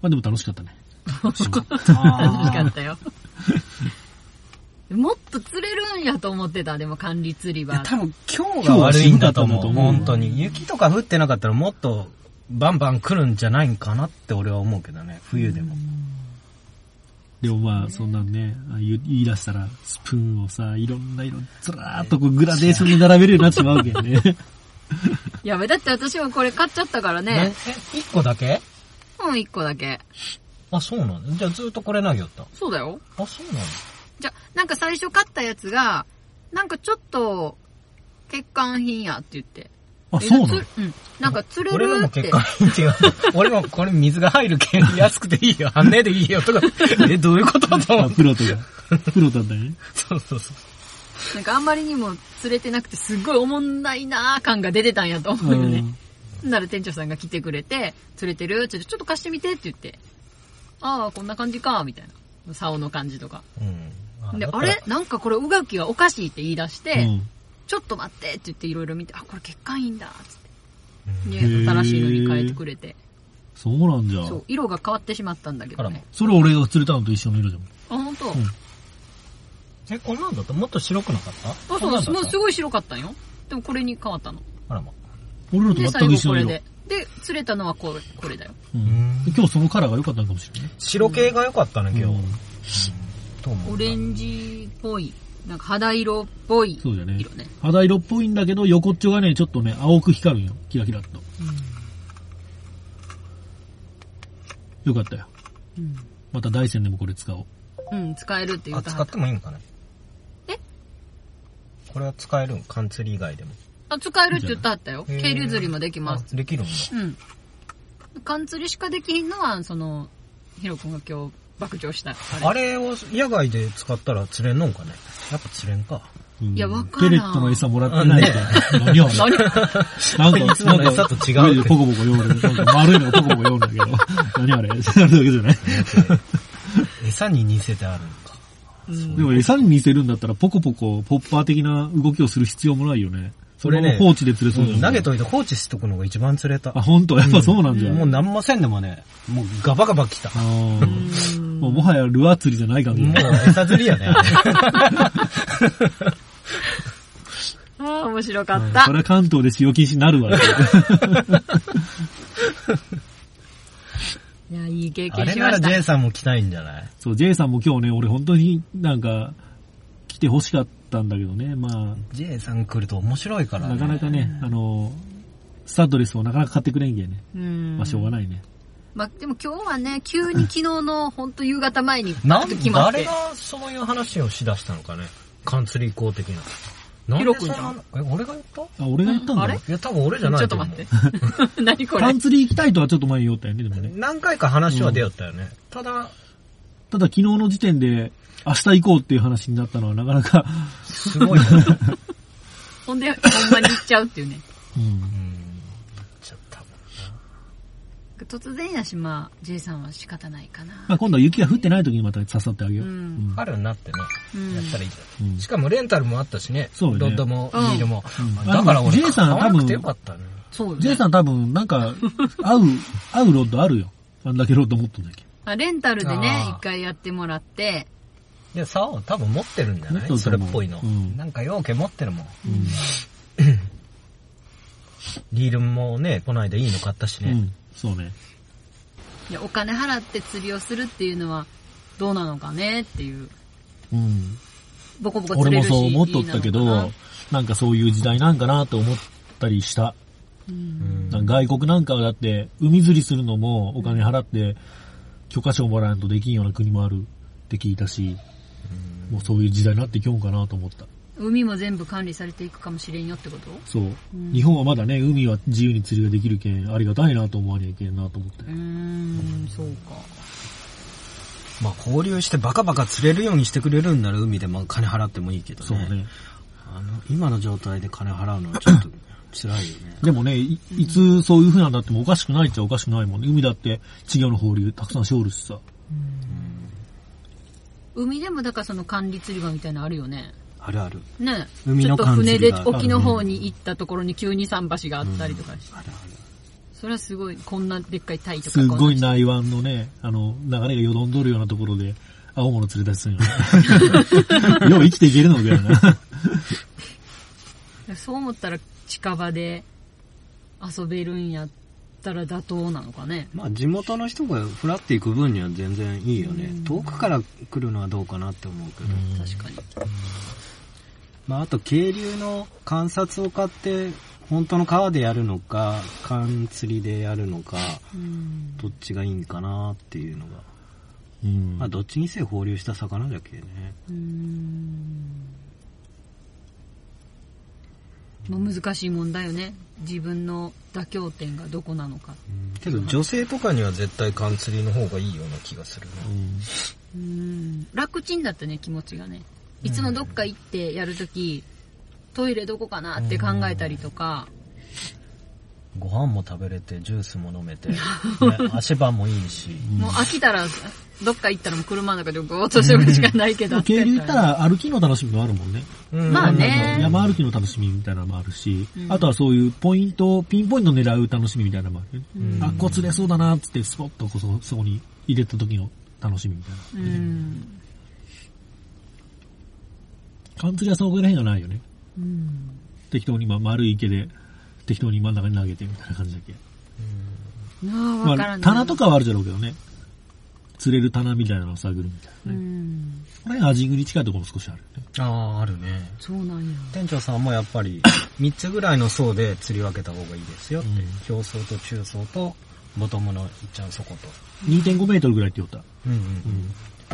[SPEAKER 3] まあでも楽しかったね。
[SPEAKER 4] 楽しかったよ。 もっと釣れるんやと思ってた、でも管理釣りは。
[SPEAKER 5] 多分今日が悪いんだと思
[SPEAKER 3] 今
[SPEAKER 5] う。
[SPEAKER 3] 日は死んだと思う
[SPEAKER 5] 本当に。雪とか降ってなかったらもっとバンバン来るんじゃないんかなって俺は思うけどね。冬でも。
[SPEAKER 3] でもまあ、そんなんね、あ言言い出したら、スプーンをさ、いろんな色、ずらーっとこうグラデーションに並べるようになってしまうけどね。
[SPEAKER 4] やべ、だって私もこれ買っちゃったから
[SPEAKER 5] え
[SPEAKER 4] ね。、
[SPEAKER 5] え、一個だけ
[SPEAKER 4] うん、一個だけ。
[SPEAKER 5] あ、そうなんだ。じゃあずっとこれ投げよった。
[SPEAKER 4] そうだよ。
[SPEAKER 5] あ、そうなんだ。
[SPEAKER 4] じゃ、なんか最初買ったやつが、なんかちょっと、欠陥品やって言って。
[SPEAKER 3] あ、
[SPEAKER 4] え
[SPEAKER 3] そうなの
[SPEAKER 4] つうん。なんか釣れ
[SPEAKER 5] 俺の
[SPEAKER 4] る
[SPEAKER 5] も
[SPEAKER 4] って。
[SPEAKER 5] 結果違 う。俺もこれ水が入るけん安くていいよ。あんねえでいいよ とか。え、どういうことと思
[SPEAKER 3] あ
[SPEAKER 5] って。
[SPEAKER 3] プロとか。プロだった ね。
[SPEAKER 5] そうそうそう。
[SPEAKER 4] なんかあんまりにも釣れてなくて、すっごいおもんないなー感が出てたんやと思うよね。なら店長さんが来てくれて、釣れてるちょっとちょっと貸してみてって言って。ああ、こんな感じか、みたいな。竿の感じとか。
[SPEAKER 5] うん。
[SPEAKER 4] で、
[SPEAKER 5] だか
[SPEAKER 4] あ
[SPEAKER 5] ら
[SPEAKER 4] れなんかこれ、うがきがおかしいって言い出して、
[SPEAKER 3] うん
[SPEAKER 4] ちょっと待ってって言っていろいろ見て、あ、これ欠陥品だ、つって。
[SPEAKER 5] うん
[SPEAKER 4] ね、
[SPEAKER 3] へー
[SPEAKER 4] 新しいのに変えてくれて。
[SPEAKER 3] そうなんじゃ。
[SPEAKER 4] そう、色が変わってしまったんだけどね。
[SPEAKER 3] それ俺が釣れたのと一緒の色じゃん。
[SPEAKER 4] あ、ほん
[SPEAKER 3] ん
[SPEAKER 4] と、
[SPEAKER 5] え、こんなんだったもっと白くなかった
[SPEAKER 4] あ、
[SPEAKER 5] こ
[SPEAKER 4] そ
[SPEAKER 5] ん
[SPEAKER 4] う
[SPEAKER 5] な
[SPEAKER 4] だ、
[SPEAKER 5] んだ
[SPEAKER 4] もう
[SPEAKER 5] った
[SPEAKER 4] すごい白かったんよ。でもこれに変わったの。
[SPEAKER 5] あらま。
[SPEAKER 3] 俺のと
[SPEAKER 4] で、
[SPEAKER 3] 全
[SPEAKER 4] 最
[SPEAKER 3] く
[SPEAKER 4] 後
[SPEAKER 3] 一緒の
[SPEAKER 4] これ
[SPEAKER 3] 色。
[SPEAKER 4] で。で、釣れたのはこれ、これだよ。
[SPEAKER 3] うん今日そのカラーが良かったのかもしれない。
[SPEAKER 5] 白系が良かったね、今
[SPEAKER 3] う
[SPEAKER 5] 日
[SPEAKER 3] ん。
[SPEAKER 5] と思う
[SPEAKER 4] オレンジっぽい、なんか肌色っぽい
[SPEAKER 3] そうだね
[SPEAKER 4] 色。ね。
[SPEAKER 3] 肌色っぽいんだけど、横っちょがね、ちょっとね、青く光るんよ。キラキラっと。よかったよ。
[SPEAKER 4] うん
[SPEAKER 3] また大山でもこれ使おう。
[SPEAKER 4] うん、使えるって言
[SPEAKER 5] あ、
[SPEAKER 4] うた
[SPEAKER 5] 使
[SPEAKER 4] は
[SPEAKER 5] っ
[SPEAKER 4] った
[SPEAKER 5] てもいいんかね
[SPEAKER 4] え
[SPEAKER 5] これは使えるん缶釣り以外でも。
[SPEAKER 4] あ、使えるって言ったはったよ。
[SPEAKER 5] へー
[SPEAKER 4] 渓流釣りもできます。
[SPEAKER 5] あできるんだ。
[SPEAKER 4] うん。缶釣りしかできひんのは、その、ヒロ君が今日爆上した。
[SPEAKER 5] あれを野外で使ったら釣れんのんかねやっぱ釣れんか。
[SPEAKER 3] うん
[SPEAKER 4] いやわからん
[SPEAKER 3] ペレットの餌もらってないから。何を。
[SPEAKER 4] 何
[SPEAKER 3] なん
[SPEAKER 5] いつもの餌と違うって
[SPEAKER 3] なんかポコポコ読む。なんか丸いのがポコポコ読むんだけど。何あれ それだけじゃない。
[SPEAKER 5] 餌に似せてあるんか。
[SPEAKER 3] でも餌に似せるんだったらポコポコ、ポッパー的な動きをする必要もないよね。それ
[SPEAKER 5] 俺
[SPEAKER 3] ね。
[SPEAKER 5] ね
[SPEAKER 3] 放置で釣れそうじゃ
[SPEAKER 5] うん
[SPEAKER 3] ん。
[SPEAKER 5] 投げといて放置しとくのが一番釣れた
[SPEAKER 3] あ、。本当やっぱそうなんじゃ。
[SPEAKER 5] もう何もせんでもね、もうガバガバ来た。
[SPEAKER 3] あーもうもはやルアー釣りじゃない感じ
[SPEAKER 5] もう
[SPEAKER 3] だね。
[SPEAKER 5] 餌釣りやね。
[SPEAKER 4] ああ、面白かっ
[SPEAKER 3] うん
[SPEAKER 4] た
[SPEAKER 3] そ。れは関東で使用禁止になるわ。
[SPEAKER 4] いや、いい経
[SPEAKER 5] あ
[SPEAKER 4] 験
[SPEAKER 5] れ
[SPEAKER 4] し
[SPEAKER 5] な
[SPEAKER 4] ま
[SPEAKER 5] ら
[SPEAKER 4] した。
[SPEAKER 5] J さんも来たいんじゃない
[SPEAKER 3] そう、J さんも今日ね、俺本当になんか、来て欲しかったんだけどね、ま
[SPEAKER 5] ?J さん来ると面白いか
[SPEAKER 3] あ、
[SPEAKER 5] ら
[SPEAKER 3] な
[SPEAKER 5] ね。
[SPEAKER 3] かなかね、あの、スタッドレスをなかなか買ってくれんげんね。
[SPEAKER 4] うん
[SPEAKER 3] まあ、しょうがないね。
[SPEAKER 4] まあ、でも今日はね、急に昨日の本当夕方前に
[SPEAKER 5] な
[SPEAKER 4] パッ
[SPEAKER 5] ん
[SPEAKER 4] と
[SPEAKER 5] で
[SPEAKER 4] 来まし
[SPEAKER 5] 誰
[SPEAKER 4] て。
[SPEAKER 5] がそういう話をしだしたのかね。カンツリー校的な。なんで
[SPEAKER 4] ヒロ君
[SPEAKER 5] そん
[SPEAKER 4] じゃ
[SPEAKER 5] な、え、俺が言った
[SPEAKER 3] あ、俺が言ったんだ。
[SPEAKER 4] あれ
[SPEAKER 5] いや、多分俺じゃない
[SPEAKER 4] ちょっ
[SPEAKER 5] と
[SPEAKER 4] と
[SPEAKER 5] 思う
[SPEAKER 4] 待って。 何これ
[SPEAKER 3] パンツリー行きたいとはちょっと前に言おったよね、でもね。
[SPEAKER 5] 何回か話は出よったよね。ただ、
[SPEAKER 3] ただ昨日の時点で、明日行こうっていう話になったのはなかなか、
[SPEAKER 5] すごいね。うん
[SPEAKER 4] ほんで、ほんまに行っちゃうっていうね。
[SPEAKER 3] うん。
[SPEAKER 5] ちょっと多分
[SPEAKER 4] 突然やし、まあ、J さんは仕方ないかな。
[SPEAKER 3] まあ、今度は雪が降ってない時にまた刺さってあげよう。
[SPEAKER 4] う
[SPEAKER 3] うんん。
[SPEAKER 5] 春になってね、
[SPEAKER 4] うん
[SPEAKER 5] やったらいいじ
[SPEAKER 3] う
[SPEAKER 5] ゃ
[SPEAKER 3] ん
[SPEAKER 5] ん。しかもレンタルもあったしね。
[SPEAKER 3] そうね
[SPEAKER 5] ロッドも
[SPEAKER 4] うん
[SPEAKER 5] リールも
[SPEAKER 3] うん。
[SPEAKER 5] だか
[SPEAKER 3] あ
[SPEAKER 5] ら俺、
[SPEAKER 3] でも J さんは多分
[SPEAKER 5] 買わなくてよかったね。
[SPEAKER 4] そうよ
[SPEAKER 3] J
[SPEAKER 4] ね。
[SPEAKER 3] さん多分、なん か、合う、合うロッドあるよ。あんだけロッド持っとんだっけ。
[SPEAKER 4] あレンタルでね、
[SPEAKER 5] あー
[SPEAKER 4] 一回やってもらって、
[SPEAKER 5] で、竿を多分持ってるんじゃな
[SPEAKER 3] 持っと
[SPEAKER 5] い
[SPEAKER 3] ると
[SPEAKER 5] そ
[SPEAKER 3] 思
[SPEAKER 5] れ
[SPEAKER 3] う
[SPEAKER 5] っぽいの
[SPEAKER 3] うん。
[SPEAKER 5] なんか容器持ってるもん。
[SPEAKER 3] うん。
[SPEAKER 5] リールもね、こないだいいの買ったし
[SPEAKER 3] う
[SPEAKER 5] ね。
[SPEAKER 3] ん。そうね。
[SPEAKER 4] いや、お金払って釣りをするっていうのは、どうなのかねっていう。
[SPEAKER 3] うん。
[SPEAKER 4] ボコボコ釣
[SPEAKER 3] 俺
[SPEAKER 4] れ
[SPEAKER 3] も
[SPEAKER 4] るし。
[SPEAKER 3] そう思っとったけ
[SPEAKER 4] いいな
[SPEAKER 3] ど
[SPEAKER 4] のか、
[SPEAKER 3] なんかそういう時代なんかなと思ったりした。
[SPEAKER 4] なうん
[SPEAKER 5] うん
[SPEAKER 3] なんか外国なんかはだって、海釣りするのもお金払って、許可証もらわんとできんような国もあるって聞いたし、もうそういう時代になってきょんかなと思った。
[SPEAKER 4] 海も全部管理されていくかもしれんよってこと
[SPEAKER 3] そう。
[SPEAKER 4] うん
[SPEAKER 3] 日本はまだね、海は自由に釣りができるけん、ありがたいなと思わにゃいけんなと思って
[SPEAKER 4] う。ーん、そうか。
[SPEAKER 5] まあ交流してバカバカ釣れるようにしてくれるんなら海でまあ金払ってもいいけどね。
[SPEAKER 3] そうね。
[SPEAKER 5] あの、今の状態で金払うのはちょっと辛いよね。
[SPEAKER 3] でもね、いいつそういう風なんだってもおかしくないっちゃおかしくないもんね。海だって、稚魚の放流たくさんしおるしさ。
[SPEAKER 4] 海でもだからその管理釣り場みたいなのあるよね。
[SPEAKER 5] あるある。
[SPEAKER 4] ね
[SPEAKER 5] 海
[SPEAKER 4] ちょ
[SPEAKER 5] の
[SPEAKER 4] っと
[SPEAKER 5] 管
[SPEAKER 4] 船
[SPEAKER 5] 理釣
[SPEAKER 4] で
[SPEAKER 5] りがある
[SPEAKER 4] 沖の方に行ったところに急に桟橋があったりとかして。
[SPEAKER 5] あるある。
[SPEAKER 4] それはすごい、こんなでっかいタイとか。
[SPEAKER 3] すっごい
[SPEAKER 4] こんな。
[SPEAKER 3] 内湾のね、あの、流れがよどんどるようなところで、青物釣り出すんよね。 よう生きていけるのみたいな。
[SPEAKER 4] そう思ったら近場で遊べるんやったら妥当なのかね。
[SPEAKER 6] まあ地元の人がフラっていく分には全然いいよね。遠くから来るのはどうかなって思うけど。
[SPEAKER 4] 確かに。
[SPEAKER 6] まああと渓流の観察を買って、本当の川でやるのか、缶釣りでやるのか、
[SPEAKER 4] うん。
[SPEAKER 6] どっちがいいんかなっていうのが。
[SPEAKER 3] うん
[SPEAKER 6] まあどっちにせよ放流した魚だけね。
[SPEAKER 4] うん。まあ難しい問題よね。自分の妥協点がどこなのか。
[SPEAKER 5] けど女性とかには絶対缶釣りの方がいいような気がするな。
[SPEAKER 4] うん楽ちんだったね、気持ちがね。いつもどっか行ってやるとき、トイレどこかなって考えたりとか、
[SPEAKER 5] ご飯も食べれて、ジュースも飲 めて、ね足場もいいし。
[SPEAKER 4] もう飽きたら、どっか行ったらもう車の中でぼーっとしてるしかないけ
[SPEAKER 3] で
[SPEAKER 4] ど。
[SPEAKER 3] も渓流行ったら歩きの楽しみもあるもんね。
[SPEAKER 5] うん
[SPEAKER 4] まあね
[SPEAKER 3] 山歩きの楽しみみたいなのもあるし、
[SPEAKER 4] うん
[SPEAKER 3] あとはそういうポイントを、ピンポイントを狙う楽しみみたいなのもあるよね。
[SPEAKER 5] うん
[SPEAKER 3] あ、こう釣れそうだなっつって、スポッとこそ、そこに入れた時の楽しみみたいな。
[SPEAKER 4] うん。
[SPEAKER 3] 缶釣りはそのぐらいがないよね。
[SPEAKER 4] うん。
[SPEAKER 3] 適当にまあ丸い池で、適当に真ん中に投げてみたいな感じだっけ。
[SPEAKER 4] なあ、
[SPEAKER 3] ま
[SPEAKER 4] わからな
[SPEAKER 3] あ、
[SPEAKER 4] い。
[SPEAKER 3] 棚とかはあるじゃろうけどね。釣れる棚みたいなのを探るみたいな。
[SPEAKER 4] うん。
[SPEAKER 3] これアジングに近いところも少しあるよね。
[SPEAKER 5] ああ、あるね。
[SPEAKER 4] そうなんや。
[SPEAKER 5] 店長さんもやっぱり、3つぐ らいの層で釣り分けた方がいいですよって。表層と中層と、ボトムのいっちゃん底と。
[SPEAKER 3] 2.5メートルぐらいって言おった。
[SPEAKER 5] うんうん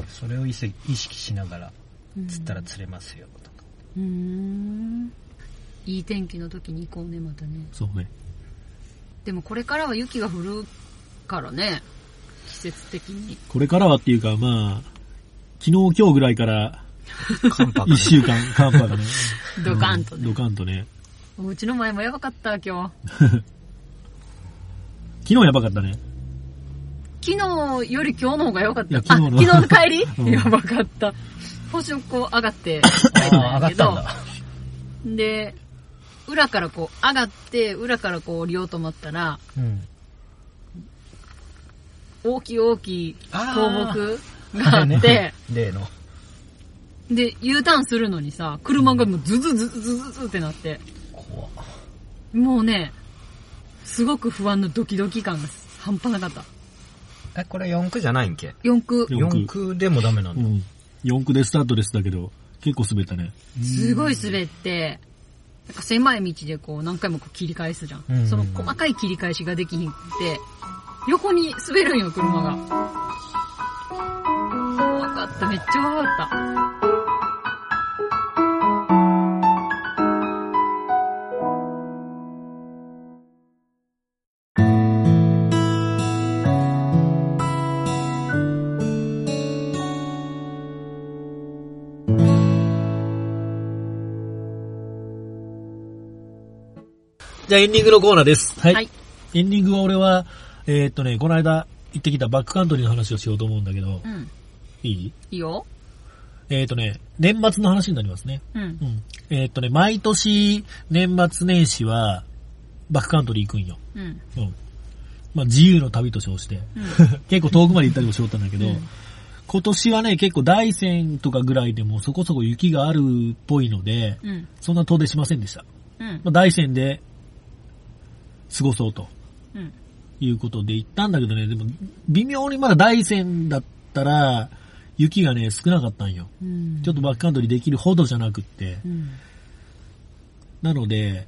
[SPEAKER 5] それを意識意識しながら、釣ったら釣れますよ、とか。
[SPEAKER 4] うん。いい天気の時に行こうね、またね。
[SPEAKER 3] そうね。
[SPEAKER 4] でもこれからは雪が降るからね、季節的に。
[SPEAKER 3] これからはっていうかまあ、昨日今日ぐらいから
[SPEAKER 5] 寒 波がね
[SPEAKER 3] 1週間、寒波がね。
[SPEAKER 4] ドカンと
[SPEAKER 3] うん
[SPEAKER 4] ね
[SPEAKER 3] ド。カンとね。
[SPEAKER 4] うちの前もやばかった、今日。
[SPEAKER 3] 昨日やばかったね。
[SPEAKER 4] 昨日より今日の方が良かっ
[SPEAKER 3] い
[SPEAKER 4] た。
[SPEAKER 3] や
[SPEAKER 4] あ、
[SPEAKER 3] 昨
[SPEAKER 4] 昨
[SPEAKER 3] 日の
[SPEAKER 4] 日の帰り、
[SPEAKER 3] うん
[SPEAKER 4] やばかった。ポーションこう上がって、
[SPEAKER 5] ああ、上がったんだ。
[SPEAKER 4] で、裏からこう上がって、裏からこう降りようと思ったら、
[SPEAKER 5] うん。
[SPEAKER 4] 大きい大きい
[SPEAKER 5] あ
[SPEAKER 4] 倒
[SPEAKER 5] ー
[SPEAKER 4] 木があって、
[SPEAKER 5] 例の。
[SPEAKER 4] で、U ターンするのにさ、車がもうズズズズズズってなって。もうね、すごく不安のドキドキ感が半端なかった。
[SPEAKER 5] え、これ4区じゃないんけ
[SPEAKER 4] 四駆、
[SPEAKER 2] 四駆
[SPEAKER 5] ?4 区でもダメな
[SPEAKER 2] うん
[SPEAKER 5] だ。
[SPEAKER 2] ん。4区でスタートですだけど、結構滑ったね。
[SPEAKER 4] すごい滑って、なんか狭い道でこう何回もこう切り返すじゃん。
[SPEAKER 5] うん
[SPEAKER 4] その細かい切り返しができひんくて、横に滑るんよ、車が。怖かった、めっちゃ怖かった。
[SPEAKER 3] じゃあエンディングのコーナーです。はい。
[SPEAKER 4] はい
[SPEAKER 3] エンディングは俺は、えーっとね、この間行ってきたバックカントリーの話をしようと思うんだけど、
[SPEAKER 4] うん。
[SPEAKER 3] いい
[SPEAKER 4] いいよ。
[SPEAKER 3] えーっとね、年末の話になりますね。
[SPEAKER 4] うん
[SPEAKER 3] う。ん。えーっとね、毎年年末年始はバックカントリー行くんよ。
[SPEAKER 4] うん。
[SPEAKER 3] うん。まあ自由の旅と称して、 結構遠くまで行ったりもしよったんだけど、今年はね、結構大山とかぐらいでもそこそこ雪があるっぽいので、
[SPEAKER 4] うん。
[SPEAKER 3] そんな遠出しませんでした。
[SPEAKER 4] うん
[SPEAKER 3] ま。あ、大山で過ごそうと
[SPEAKER 4] うん。
[SPEAKER 3] いうことで行ったんだけどね、でも微妙にまだ大山だったら雪がね、少なかったんよ。
[SPEAKER 4] うん。
[SPEAKER 3] ちょっとバックカントリーできるほどじゃなくって。
[SPEAKER 4] うん。
[SPEAKER 3] なので、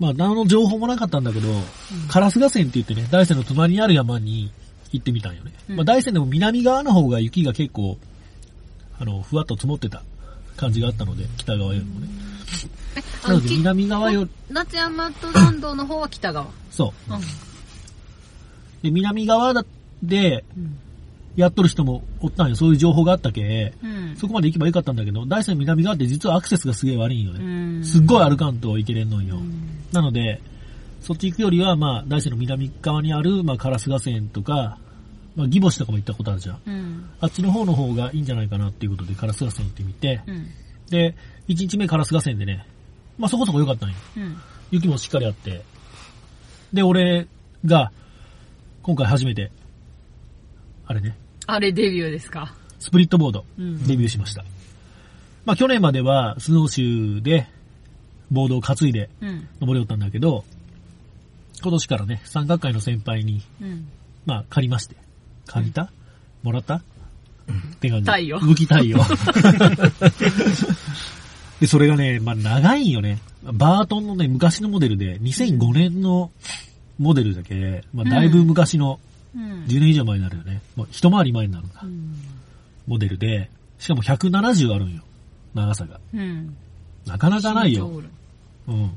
[SPEAKER 3] まあ何の情報もなかったんだけど、カラス河川って言ってね、大山の隣にある山に行ってみたんよね。
[SPEAKER 4] うん
[SPEAKER 3] まあ大山でも南側の方が雪が結構、あの、ふわっと積もってた感じがあったので、北側よりもね。
[SPEAKER 4] え、
[SPEAKER 3] なので南側より、
[SPEAKER 4] 夏山と南道の方は北側。
[SPEAKER 3] そう。
[SPEAKER 4] う
[SPEAKER 3] で、南側だで、
[SPEAKER 4] ん。
[SPEAKER 3] やっとる人もおったんよ。そういう情報があったけ。
[SPEAKER 4] うん。
[SPEAKER 3] そこまで行けばよかったんだけど、大山南側って実はアクセスがすげえ悪いんよ
[SPEAKER 4] う
[SPEAKER 3] ね。
[SPEAKER 4] ん。
[SPEAKER 3] すっごい歩かんといけれんのんよ。
[SPEAKER 4] うん。
[SPEAKER 3] なので、そっち行くよりは、まあ、大山の南側にある、まあ、カラス河川とか、まあ、ギボシとかも行ったことあるじゃん。
[SPEAKER 4] うん。
[SPEAKER 3] あっちの方の方がいいんじゃないかなっていうことで、カラス河川行ってみて、
[SPEAKER 4] うん。
[SPEAKER 3] で、1日目カラス河川でね、まあ、そこそこ良かったんよ。
[SPEAKER 4] うん。
[SPEAKER 3] 雪もしっかりあって。で、俺が、今回初めて、あれね、
[SPEAKER 4] あれデビューですか。
[SPEAKER 3] スプリットボード、
[SPEAKER 4] うん
[SPEAKER 3] デビューしました。まあ、去年までは、スノーシューで、ボードを担いで、
[SPEAKER 4] うん。
[SPEAKER 3] 登れよったんだけど、今年からね、三学会の先輩に、
[SPEAKER 4] うん。
[SPEAKER 3] まあ、借りまして。借りた、もらった、って感じ。
[SPEAKER 4] 太陽
[SPEAKER 3] 武器太 陽。で、それがね、まあ、長いんよね。バートンのね、昔のモデルで、2005年のモデルだけ、まあ、だいぶ昔の、
[SPEAKER 4] うん。
[SPEAKER 3] 10年以上前になるよね。もう一回り前になるのか
[SPEAKER 4] う。ん。
[SPEAKER 3] モデルで、しかも170あるんよ。長さが。
[SPEAKER 4] うん。
[SPEAKER 3] なかなかない
[SPEAKER 4] シン
[SPEAKER 3] よ。
[SPEAKER 4] トール
[SPEAKER 3] うん。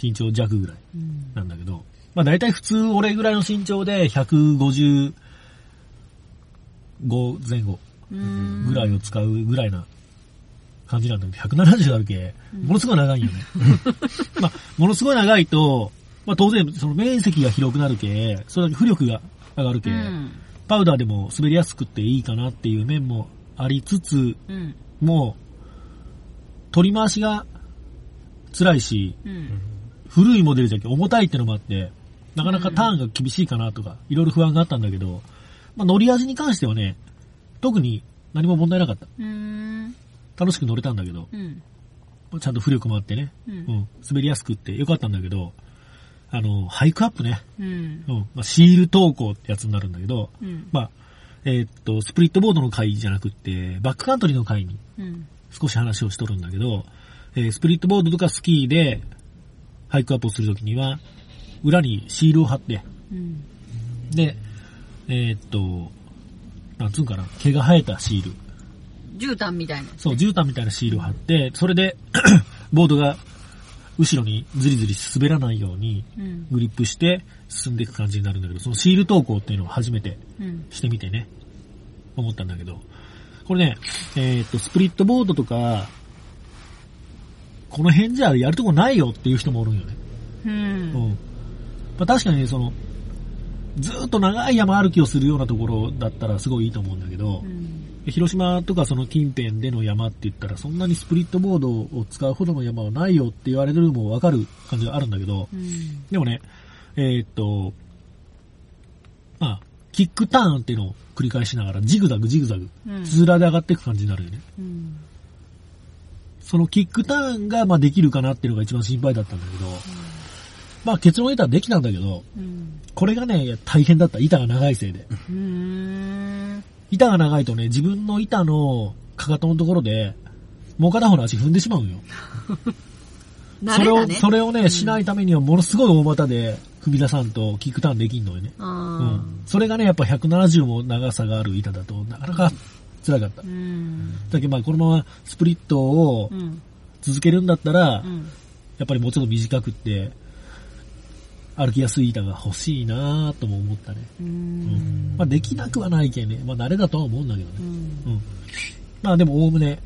[SPEAKER 3] 身長弱ぐらい。
[SPEAKER 4] うん。
[SPEAKER 3] なんだけど、まあ大体普通俺ぐらいの身長で155前後
[SPEAKER 4] うん
[SPEAKER 3] ぐらいを使うぐらいな感じなんだけど、170あるけ、ものすごい長 いよね。まあ、ものすごい長いと、まあ当然その面積が広くなるけ、それだけ浮力が上がるけ、
[SPEAKER 4] うん。
[SPEAKER 3] パウダーでも滑りやすくていいかなっていう面もありつつ、
[SPEAKER 4] うん。
[SPEAKER 3] もう、取り回しが辛いし、
[SPEAKER 4] うん。
[SPEAKER 3] 古いモデルじゃけ重たいってのもあって、なかなかターンが厳しいかなとか、いろいろ不安があったんだけど、まあ乗り味に関してはね、特に何も問題なかった。
[SPEAKER 4] うん。
[SPEAKER 3] 楽しく乗れたんだけど、
[SPEAKER 4] うん。
[SPEAKER 3] ちゃんと浮力もあってね、
[SPEAKER 4] うん
[SPEAKER 3] うん、滑りやすくってよかったんだけど、あの、ハイクアップね、
[SPEAKER 4] うん
[SPEAKER 3] う。ん、まあ、シール投稿ってやつになるんだけど、
[SPEAKER 4] うん。
[SPEAKER 3] まあ、えーっと、スプリットボードの回じゃなくって、バックカントリーの回に
[SPEAKER 4] うん。
[SPEAKER 3] 少し話をしとるんだけど、えースプリットボードとかスキーで、ハイクアップをするときには、裏にシールを貼って、
[SPEAKER 4] うん。
[SPEAKER 3] で、えーっと、なんつうんかな、毛が生えたシール。
[SPEAKER 4] 絨毯みたいな。
[SPEAKER 3] そう、絨毯みたいなシールを貼って、それで、 ボードが、後ろにズリズリ滑らないように、
[SPEAKER 4] うん。
[SPEAKER 3] グリップして進んでいく感じになるんだけど、そのシール投稿っていうのを初めて
[SPEAKER 4] うん。
[SPEAKER 3] してみてね、思ったんだけど、これね、えーっと、スプリットボードとか、この辺じゃやるとこないよっていう人もおるんよね。
[SPEAKER 4] う。
[SPEAKER 3] うんん。まあ、確かにね、その、ずーっと長い山歩きをするようなところだったらすごいいいと思うんだけど
[SPEAKER 4] う、ん。
[SPEAKER 3] 広島とかその近辺での山って言ったらそんなにスプリットボードを使うほどの山はないよって言われるのもわかる感じがあるんだけど、
[SPEAKER 4] うん。
[SPEAKER 3] でもね、えーっと、まあ、キックターンっていうのを繰り返しながらジグザグジグザグ、
[SPEAKER 4] うん
[SPEAKER 3] つづらで上がっていく感じになるよね。
[SPEAKER 4] うん。
[SPEAKER 3] そのキックターンがまあできるかなっていうのが一番心配だったんだけど、まあ結論を得たらできたんだけど、
[SPEAKER 4] うん。
[SPEAKER 3] これがね、大変だった。板が長いせいで。
[SPEAKER 4] うーん。
[SPEAKER 3] 板が長いとね、自分の板のかかとのところで、もう片方の足踏んでしまうのよ。
[SPEAKER 4] 慣
[SPEAKER 3] そ
[SPEAKER 4] れ
[SPEAKER 3] れ
[SPEAKER 4] だ
[SPEAKER 3] を、
[SPEAKER 4] ね。
[SPEAKER 3] それをね、しないためにはものすごい大股で踏み出さんとキックターンできんのよね。う
[SPEAKER 4] あ
[SPEAKER 3] ん。それがね、やっぱ170も長さがある板だと、なかなか辛かった
[SPEAKER 4] ー。う。ん。
[SPEAKER 3] だけどまあ、このままスプリットを
[SPEAKER 4] うん。
[SPEAKER 3] 続けるんだったら
[SPEAKER 4] う、ん。
[SPEAKER 3] やっぱりもうちょっと短くって、歩きやすい板が欲しいなぁとも思ったね。
[SPEAKER 4] う。
[SPEAKER 3] うんん。まあ、できなくはないけんね。まあ、慣れだとは思うんだけどね
[SPEAKER 4] う。ん。
[SPEAKER 3] うん。まあでも、おおむね、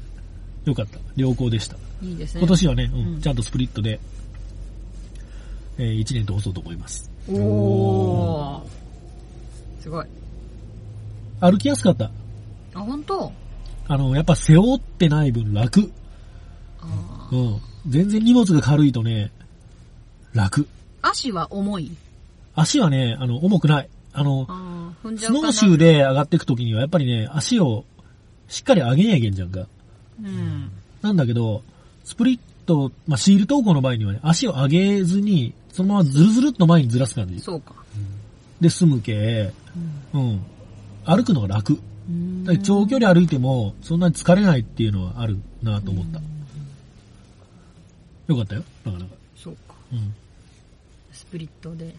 [SPEAKER 3] 良かった。良好でした。
[SPEAKER 4] いいですね。
[SPEAKER 3] 今年はね、うん
[SPEAKER 4] うん
[SPEAKER 3] ちゃんとスプリットで、えー、1年通そうと思います。
[SPEAKER 4] おー。すごい。
[SPEAKER 3] 歩きやすかった。
[SPEAKER 4] あ、本当
[SPEAKER 3] あの、やっぱ背負ってない分楽。
[SPEAKER 4] あー
[SPEAKER 3] うん。全然荷物が軽いとね、楽。
[SPEAKER 4] 足は重い。
[SPEAKER 3] 足はね、あの、重くない。あの、
[SPEAKER 4] あー踏んじゃ
[SPEAKER 3] ス
[SPEAKER 4] うか
[SPEAKER 3] ノ
[SPEAKER 4] な。
[SPEAKER 3] ーシューで上がっていくときには、やっぱりね、足をしっかり上げなきゃいけんじゃんか。
[SPEAKER 4] うん。
[SPEAKER 3] なんだけど、スプリット、まあ、シール投稿の場合にはね、足を上げずに、そのままズルズルっと前にずらす感じ。
[SPEAKER 4] そうか。
[SPEAKER 3] で済むけ、うん。歩くのが楽。
[SPEAKER 4] うん
[SPEAKER 3] だから長距離歩いても、そんなに疲れないっていうのはあるなと思った。よかったよ、なかなか。
[SPEAKER 4] そうか。
[SPEAKER 3] うん。
[SPEAKER 4] スプリットで、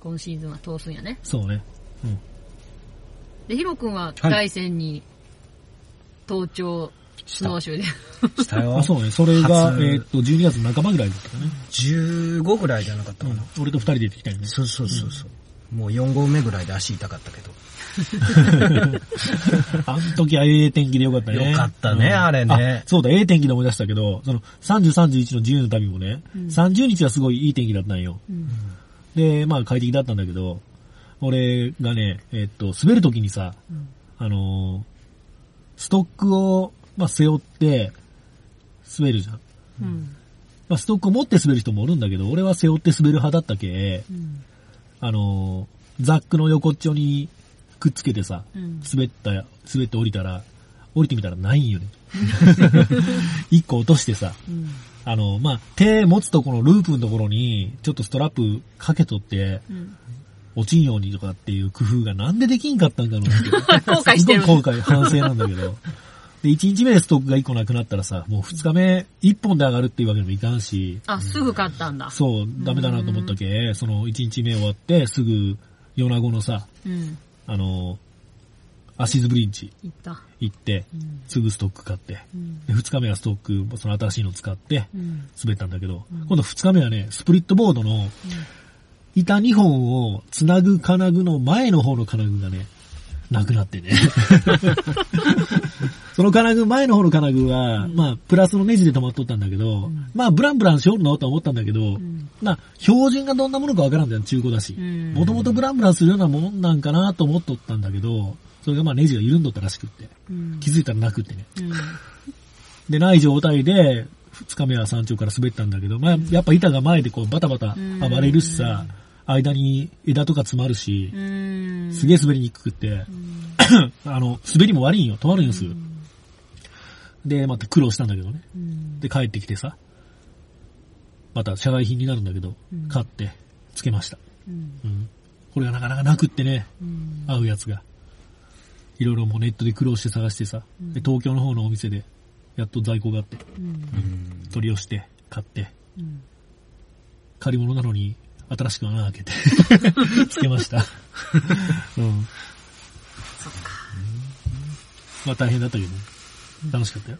[SPEAKER 4] 今シーズンは通すんやね。
[SPEAKER 3] そうね。うん。
[SPEAKER 4] で、ヒロ君は
[SPEAKER 6] はい
[SPEAKER 4] 大戦に、登頂、スノーシューで。
[SPEAKER 5] したよ
[SPEAKER 3] あ、そうね。それが、
[SPEAKER 5] 初
[SPEAKER 3] えーっと、12月半ばぐらいだったかね。
[SPEAKER 5] 15ぐらいじゃなかったかな。
[SPEAKER 3] うん。俺と二人で行ってきたよね。
[SPEAKER 5] そうそうそうそう。もう4合目ぐらいで足痛かったけど。
[SPEAKER 3] あの時はええ天気でよかったね。
[SPEAKER 5] よかったねあれね
[SPEAKER 3] そうだ、ええ天気で思い出したけど、その、30、31の自由の旅もね、30日はすごいいい天気だったんよ。
[SPEAKER 4] うん
[SPEAKER 3] で、まあ快適だったんだけど、俺がね、えっと、滑る時にさ、あのーストックを、まあ背負って、滑るじゃん。
[SPEAKER 4] うん。
[SPEAKER 3] まあストックを持って滑る人もおるんだけど、俺は背負って滑る派だったけ、
[SPEAKER 4] うん。
[SPEAKER 3] あのーザックの横っちょにくっつけてさ、
[SPEAKER 4] うん。
[SPEAKER 3] 滑った、滑って降りたら、降りてみたらないんよ ね。一個落としてさ、
[SPEAKER 4] うん。
[SPEAKER 3] あの、まあ、手持つとこのループのところに、ちょっとストラップかけとって、
[SPEAKER 4] うん。
[SPEAKER 3] 落ちんようにとかっていう工夫がなんでできんかったんだろうっていう。
[SPEAKER 4] 後悔してる
[SPEAKER 3] すごい後悔、反省なんだけど。で、1日目でストックが1個なくなったらさ、もう2日目、1本で上がるっていうわけにもいかんし、
[SPEAKER 4] あ、すぐ買ったんだ。
[SPEAKER 3] そう、ダメだなと思ったけ、その1日目終わって、すぐ、米子のさ、
[SPEAKER 4] うん。
[SPEAKER 3] あの、アシズブリンチ
[SPEAKER 4] 行った。
[SPEAKER 3] 行って、
[SPEAKER 4] うん。
[SPEAKER 3] すぐストック買って、
[SPEAKER 4] うん。
[SPEAKER 3] で、2日目はストック、その新しいの使って、
[SPEAKER 4] うん。
[SPEAKER 3] 滑ったんだけど、今度2日目はね、スプリットボードの、板2本を繋ぐ金具の前の方の金具がね、なくな ってね。その金具、前の方の金具は、まあ、プラスのネジで止まっとったんだけど、まあ、ブランブランしおるのとは思ったんだけど、
[SPEAKER 4] ん
[SPEAKER 3] まあ、標準がどんなものかわからんじゃん、中古だし。
[SPEAKER 4] うん
[SPEAKER 3] もともとブランブランするようなもんなんかなと思っとったんだけど、それがまあ、ネジが緩んどったらしくって。
[SPEAKER 4] うん。
[SPEAKER 3] 気づいたらなくってね。
[SPEAKER 4] うん。
[SPEAKER 3] で、ない状態で、二日目は山頂から滑ったんだけど、まあ、やっぱ板が前でこうバタバタ暴れるしさ、間に枝とか詰まるし、
[SPEAKER 4] うん。
[SPEAKER 3] すげえ滑りにくくって、 あの、滑りも悪いんよ、止まるんですよ。で、また苦労したんだけどね。
[SPEAKER 4] うん。
[SPEAKER 3] で、帰ってきてさ、また社外品になるんだけど、買って、つけました。
[SPEAKER 4] うん。
[SPEAKER 3] うん。これがなかなかなくってね、
[SPEAKER 4] うん。
[SPEAKER 3] 合うやつが。いろいろもうネットで苦労して探してさ、で東京の方のお店で、やっと在庫があって、
[SPEAKER 4] うん。
[SPEAKER 3] 取り寄せて、買って、
[SPEAKER 4] うん。
[SPEAKER 3] 借り物なのに、新しく穴開け て、つけました。うん。
[SPEAKER 4] そっか。
[SPEAKER 3] まあ大変だったけど、楽しかったよ。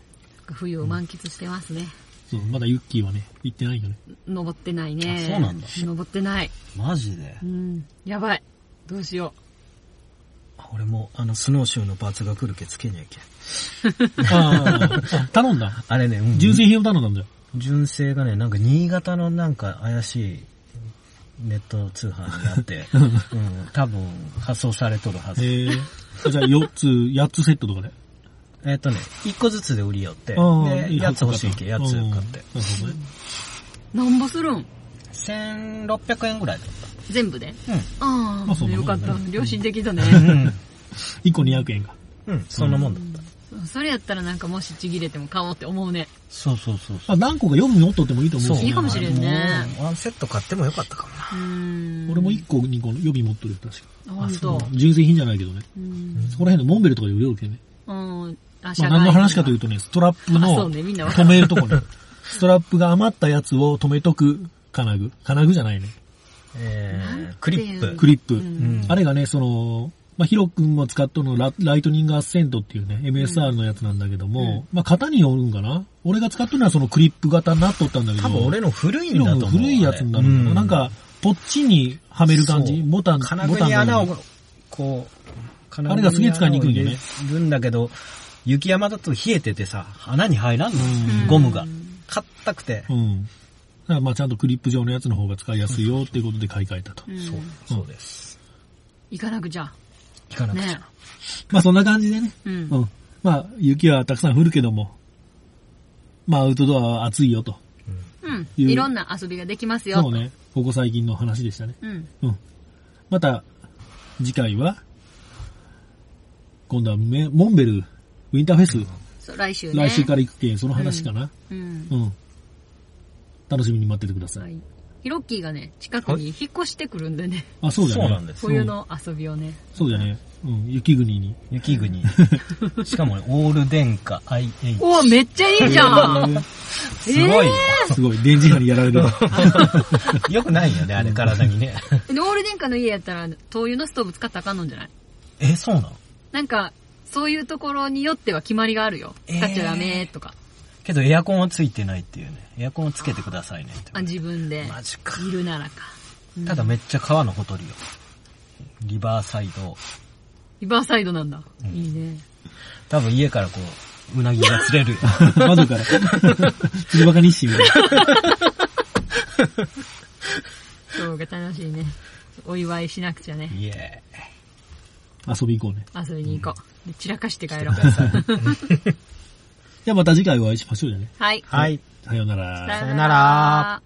[SPEAKER 4] 冬を満喫してますね。
[SPEAKER 3] そう、まだユッキーはね、行ってないよね。
[SPEAKER 4] 登ってないね。
[SPEAKER 6] あそうなんだ
[SPEAKER 4] 登ってない。
[SPEAKER 6] マジで
[SPEAKER 4] うん。やばい。どうしよ
[SPEAKER 5] 俺もあのスノーシューのパーツが来るけつけにゃいけん。
[SPEAKER 3] ああ、 頼んだ。
[SPEAKER 5] あれね、うん
[SPEAKER 3] 純正品を頼んだんだよ。
[SPEAKER 5] 純正がね、なんか新潟のなんか怪しいネット通販にあ って、うん、多分発送されとるはず。
[SPEAKER 3] えー、じゃあ4つ、8つセットとかで。
[SPEAKER 5] えっ、とね、1個ずつで売りよって、で、
[SPEAKER 3] ああいい
[SPEAKER 5] 8つ欲しいけ、
[SPEAKER 3] 箱
[SPEAKER 5] 8つ
[SPEAKER 3] 買った
[SPEAKER 5] 買って。
[SPEAKER 3] うんなるほどね。
[SPEAKER 4] う。なんぼするん
[SPEAKER 5] 1600円ぐらいだっ
[SPEAKER 4] 全部で
[SPEAKER 5] うん
[SPEAKER 4] あ
[SPEAKER 3] まあそ
[SPEAKER 4] あ、
[SPEAKER 3] んな
[SPEAKER 4] よ
[SPEAKER 3] もん
[SPEAKER 4] か
[SPEAKER 3] だ
[SPEAKER 4] っ
[SPEAKER 3] ね
[SPEAKER 4] た。良心的だね。
[SPEAKER 5] た。うん。
[SPEAKER 3] 1個200円が。
[SPEAKER 5] うん、そんなもんだっ
[SPEAKER 4] そそれやったらなんかもしちぎれても買おうって思うね。
[SPEAKER 6] そうそうそうそ
[SPEAKER 3] まあ、何個か4分に折っとってもいいと思う
[SPEAKER 4] いいかもしれんね。
[SPEAKER 5] ワンセット買ってもよかったかもな。
[SPEAKER 4] うーん。
[SPEAKER 3] 俺も1個2個予備持っとるよ、確か。
[SPEAKER 4] ほんと。
[SPEAKER 3] 純正品じゃないけどね。
[SPEAKER 4] うん。
[SPEAKER 3] そこら辺のモンベルとかで売れるけどね。
[SPEAKER 4] うん。あ
[SPEAKER 3] まあ、何の話かという
[SPEAKER 4] と。
[SPEAKER 3] とね、ストラップ
[SPEAKER 4] あそう
[SPEAKER 3] の
[SPEAKER 4] ねみんなわか
[SPEAKER 3] 止めるとこね。ストラップが余ったやつを止めとく金具。金具じゃないね。
[SPEAKER 5] え
[SPEAKER 4] なんていう
[SPEAKER 5] ー、クリップ。
[SPEAKER 3] クリップ。
[SPEAKER 4] うん
[SPEAKER 3] あれがね、その、まあ、ヒロ君も使っとるのラライトニングアッセントっていうね、MSR のやつなんだけども、まあ、型によるんかな俺が使っとるのはそのクリップ型になっとったんだけど、
[SPEAKER 5] 多分俺の古いんだと思う。
[SPEAKER 3] 古いやつになる
[SPEAKER 5] あ
[SPEAKER 3] の
[SPEAKER 5] れ
[SPEAKER 3] かな。なん、か、ポッチにはめる感じ
[SPEAKER 5] そう
[SPEAKER 3] ボタン、ボタ
[SPEAKER 5] 金
[SPEAKER 3] ン
[SPEAKER 5] 具に
[SPEAKER 3] が
[SPEAKER 5] 穴を、こう、金具に穴を
[SPEAKER 3] あれがすげえ使いにくいんだよね
[SPEAKER 5] 入れるんだけど、雪山だと冷えててさ、穴に入らんの、
[SPEAKER 3] うん
[SPEAKER 5] ゴムが。硬くて。
[SPEAKER 3] うん。だからまあちゃんとクリップ状のやつの方が使いやすいよっていうことで買い替えたと。
[SPEAKER 4] うん
[SPEAKER 5] そう、そうです。
[SPEAKER 4] 行かなくちゃ。
[SPEAKER 5] いかなくちゃ。
[SPEAKER 4] ね
[SPEAKER 3] まあそんな感じでね。
[SPEAKER 4] え。うん
[SPEAKER 3] う。ん。まあ雪はたくさん降るけども、まあアウトドアは暑いよと。
[SPEAKER 4] うん。
[SPEAKER 3] いう
[SPEAKER 4] いろんな遊びができますよ。
[SPEAKER 3] そうね。ここ最近の話でしたね。
[SPEAKER 4] うん。
[SPEAKER 3] うん。また、次回は、今度はメモンベル、ウィンターフェス、
[SPEAKER 4] そう、来週ね。
[SPEAKER 3] 来週から行くけん、その話かな。
[SPEAKER 4] うん。
[SPEAKER 3] うん。楽しみに待っててください。
[SPEAKER 4] はい。ヒロッキーがね、近くに引っ越してくるんでね、
[SPEAKER 3] あ、そうだね。
[SPEAKER 5] そうなんです
[SPEAKER 3] そう
[SPEAKER 4] 冬の遊びをね。
[SPEAKER 3] そうだね。うん、雪国に。
[SPEAKER 5] 雪国。しかもね、オール電化 IH。
[SPEAKER 4] おお、めっちゃいいじゃん
[SPEAKER 5] すごいよ。
[SPEAKER 3] すごい、電磁波にやられる。
[SPEAKER 5] よくないよね、あれ 体にね。
[SPEAKER 4] でオール電化の家やったら、灯油のストーブ使ったらあかんのんじゃない
[SPEAKER 5] え、そうなの
[SPEAKER 4] なんか、そういうところによっては決まりがあるよ。
[SPEAKER 5] えー
[SPEAKER 4] 使っちゃダメとか。
[SPEAKER 5] けどエアコンはついてないっていうね。エアコンをつけてくださいねって。
[SPEAKER 4] あ自分で、
[SPEAKER 5] マジか。
[SPEAKER 4] いるならか。うん
[SPEAKER 5] ただめっちゃ川のほとりよ。リバーサイド。
[SPEAKER 4] リバーサイドなんだ。いいね。
[SPEAKER 5] 多分家からこう、うなぎが釣れるよ。
[SPEAKER 3] 窓から。 釣りバカ日誌みたいな。
[SPEAKER 4] 今日が楽しいね。お祝いしなくちゃね。
[SPEAKER 5] イエ
[SPEAKER 3] 遊び行こうね。
[SPEAKER 4] 遊びに行こう。で散らかして帰ろう。
[SPEAKER 3] じゃあまた次回お会いしましょうじゃね。
[SPEAKER 4] はい。
[SPEAKER 5] ーイ。はい。
[SPEAKER 3] さようなら。
[SPEAKER 4] よなら。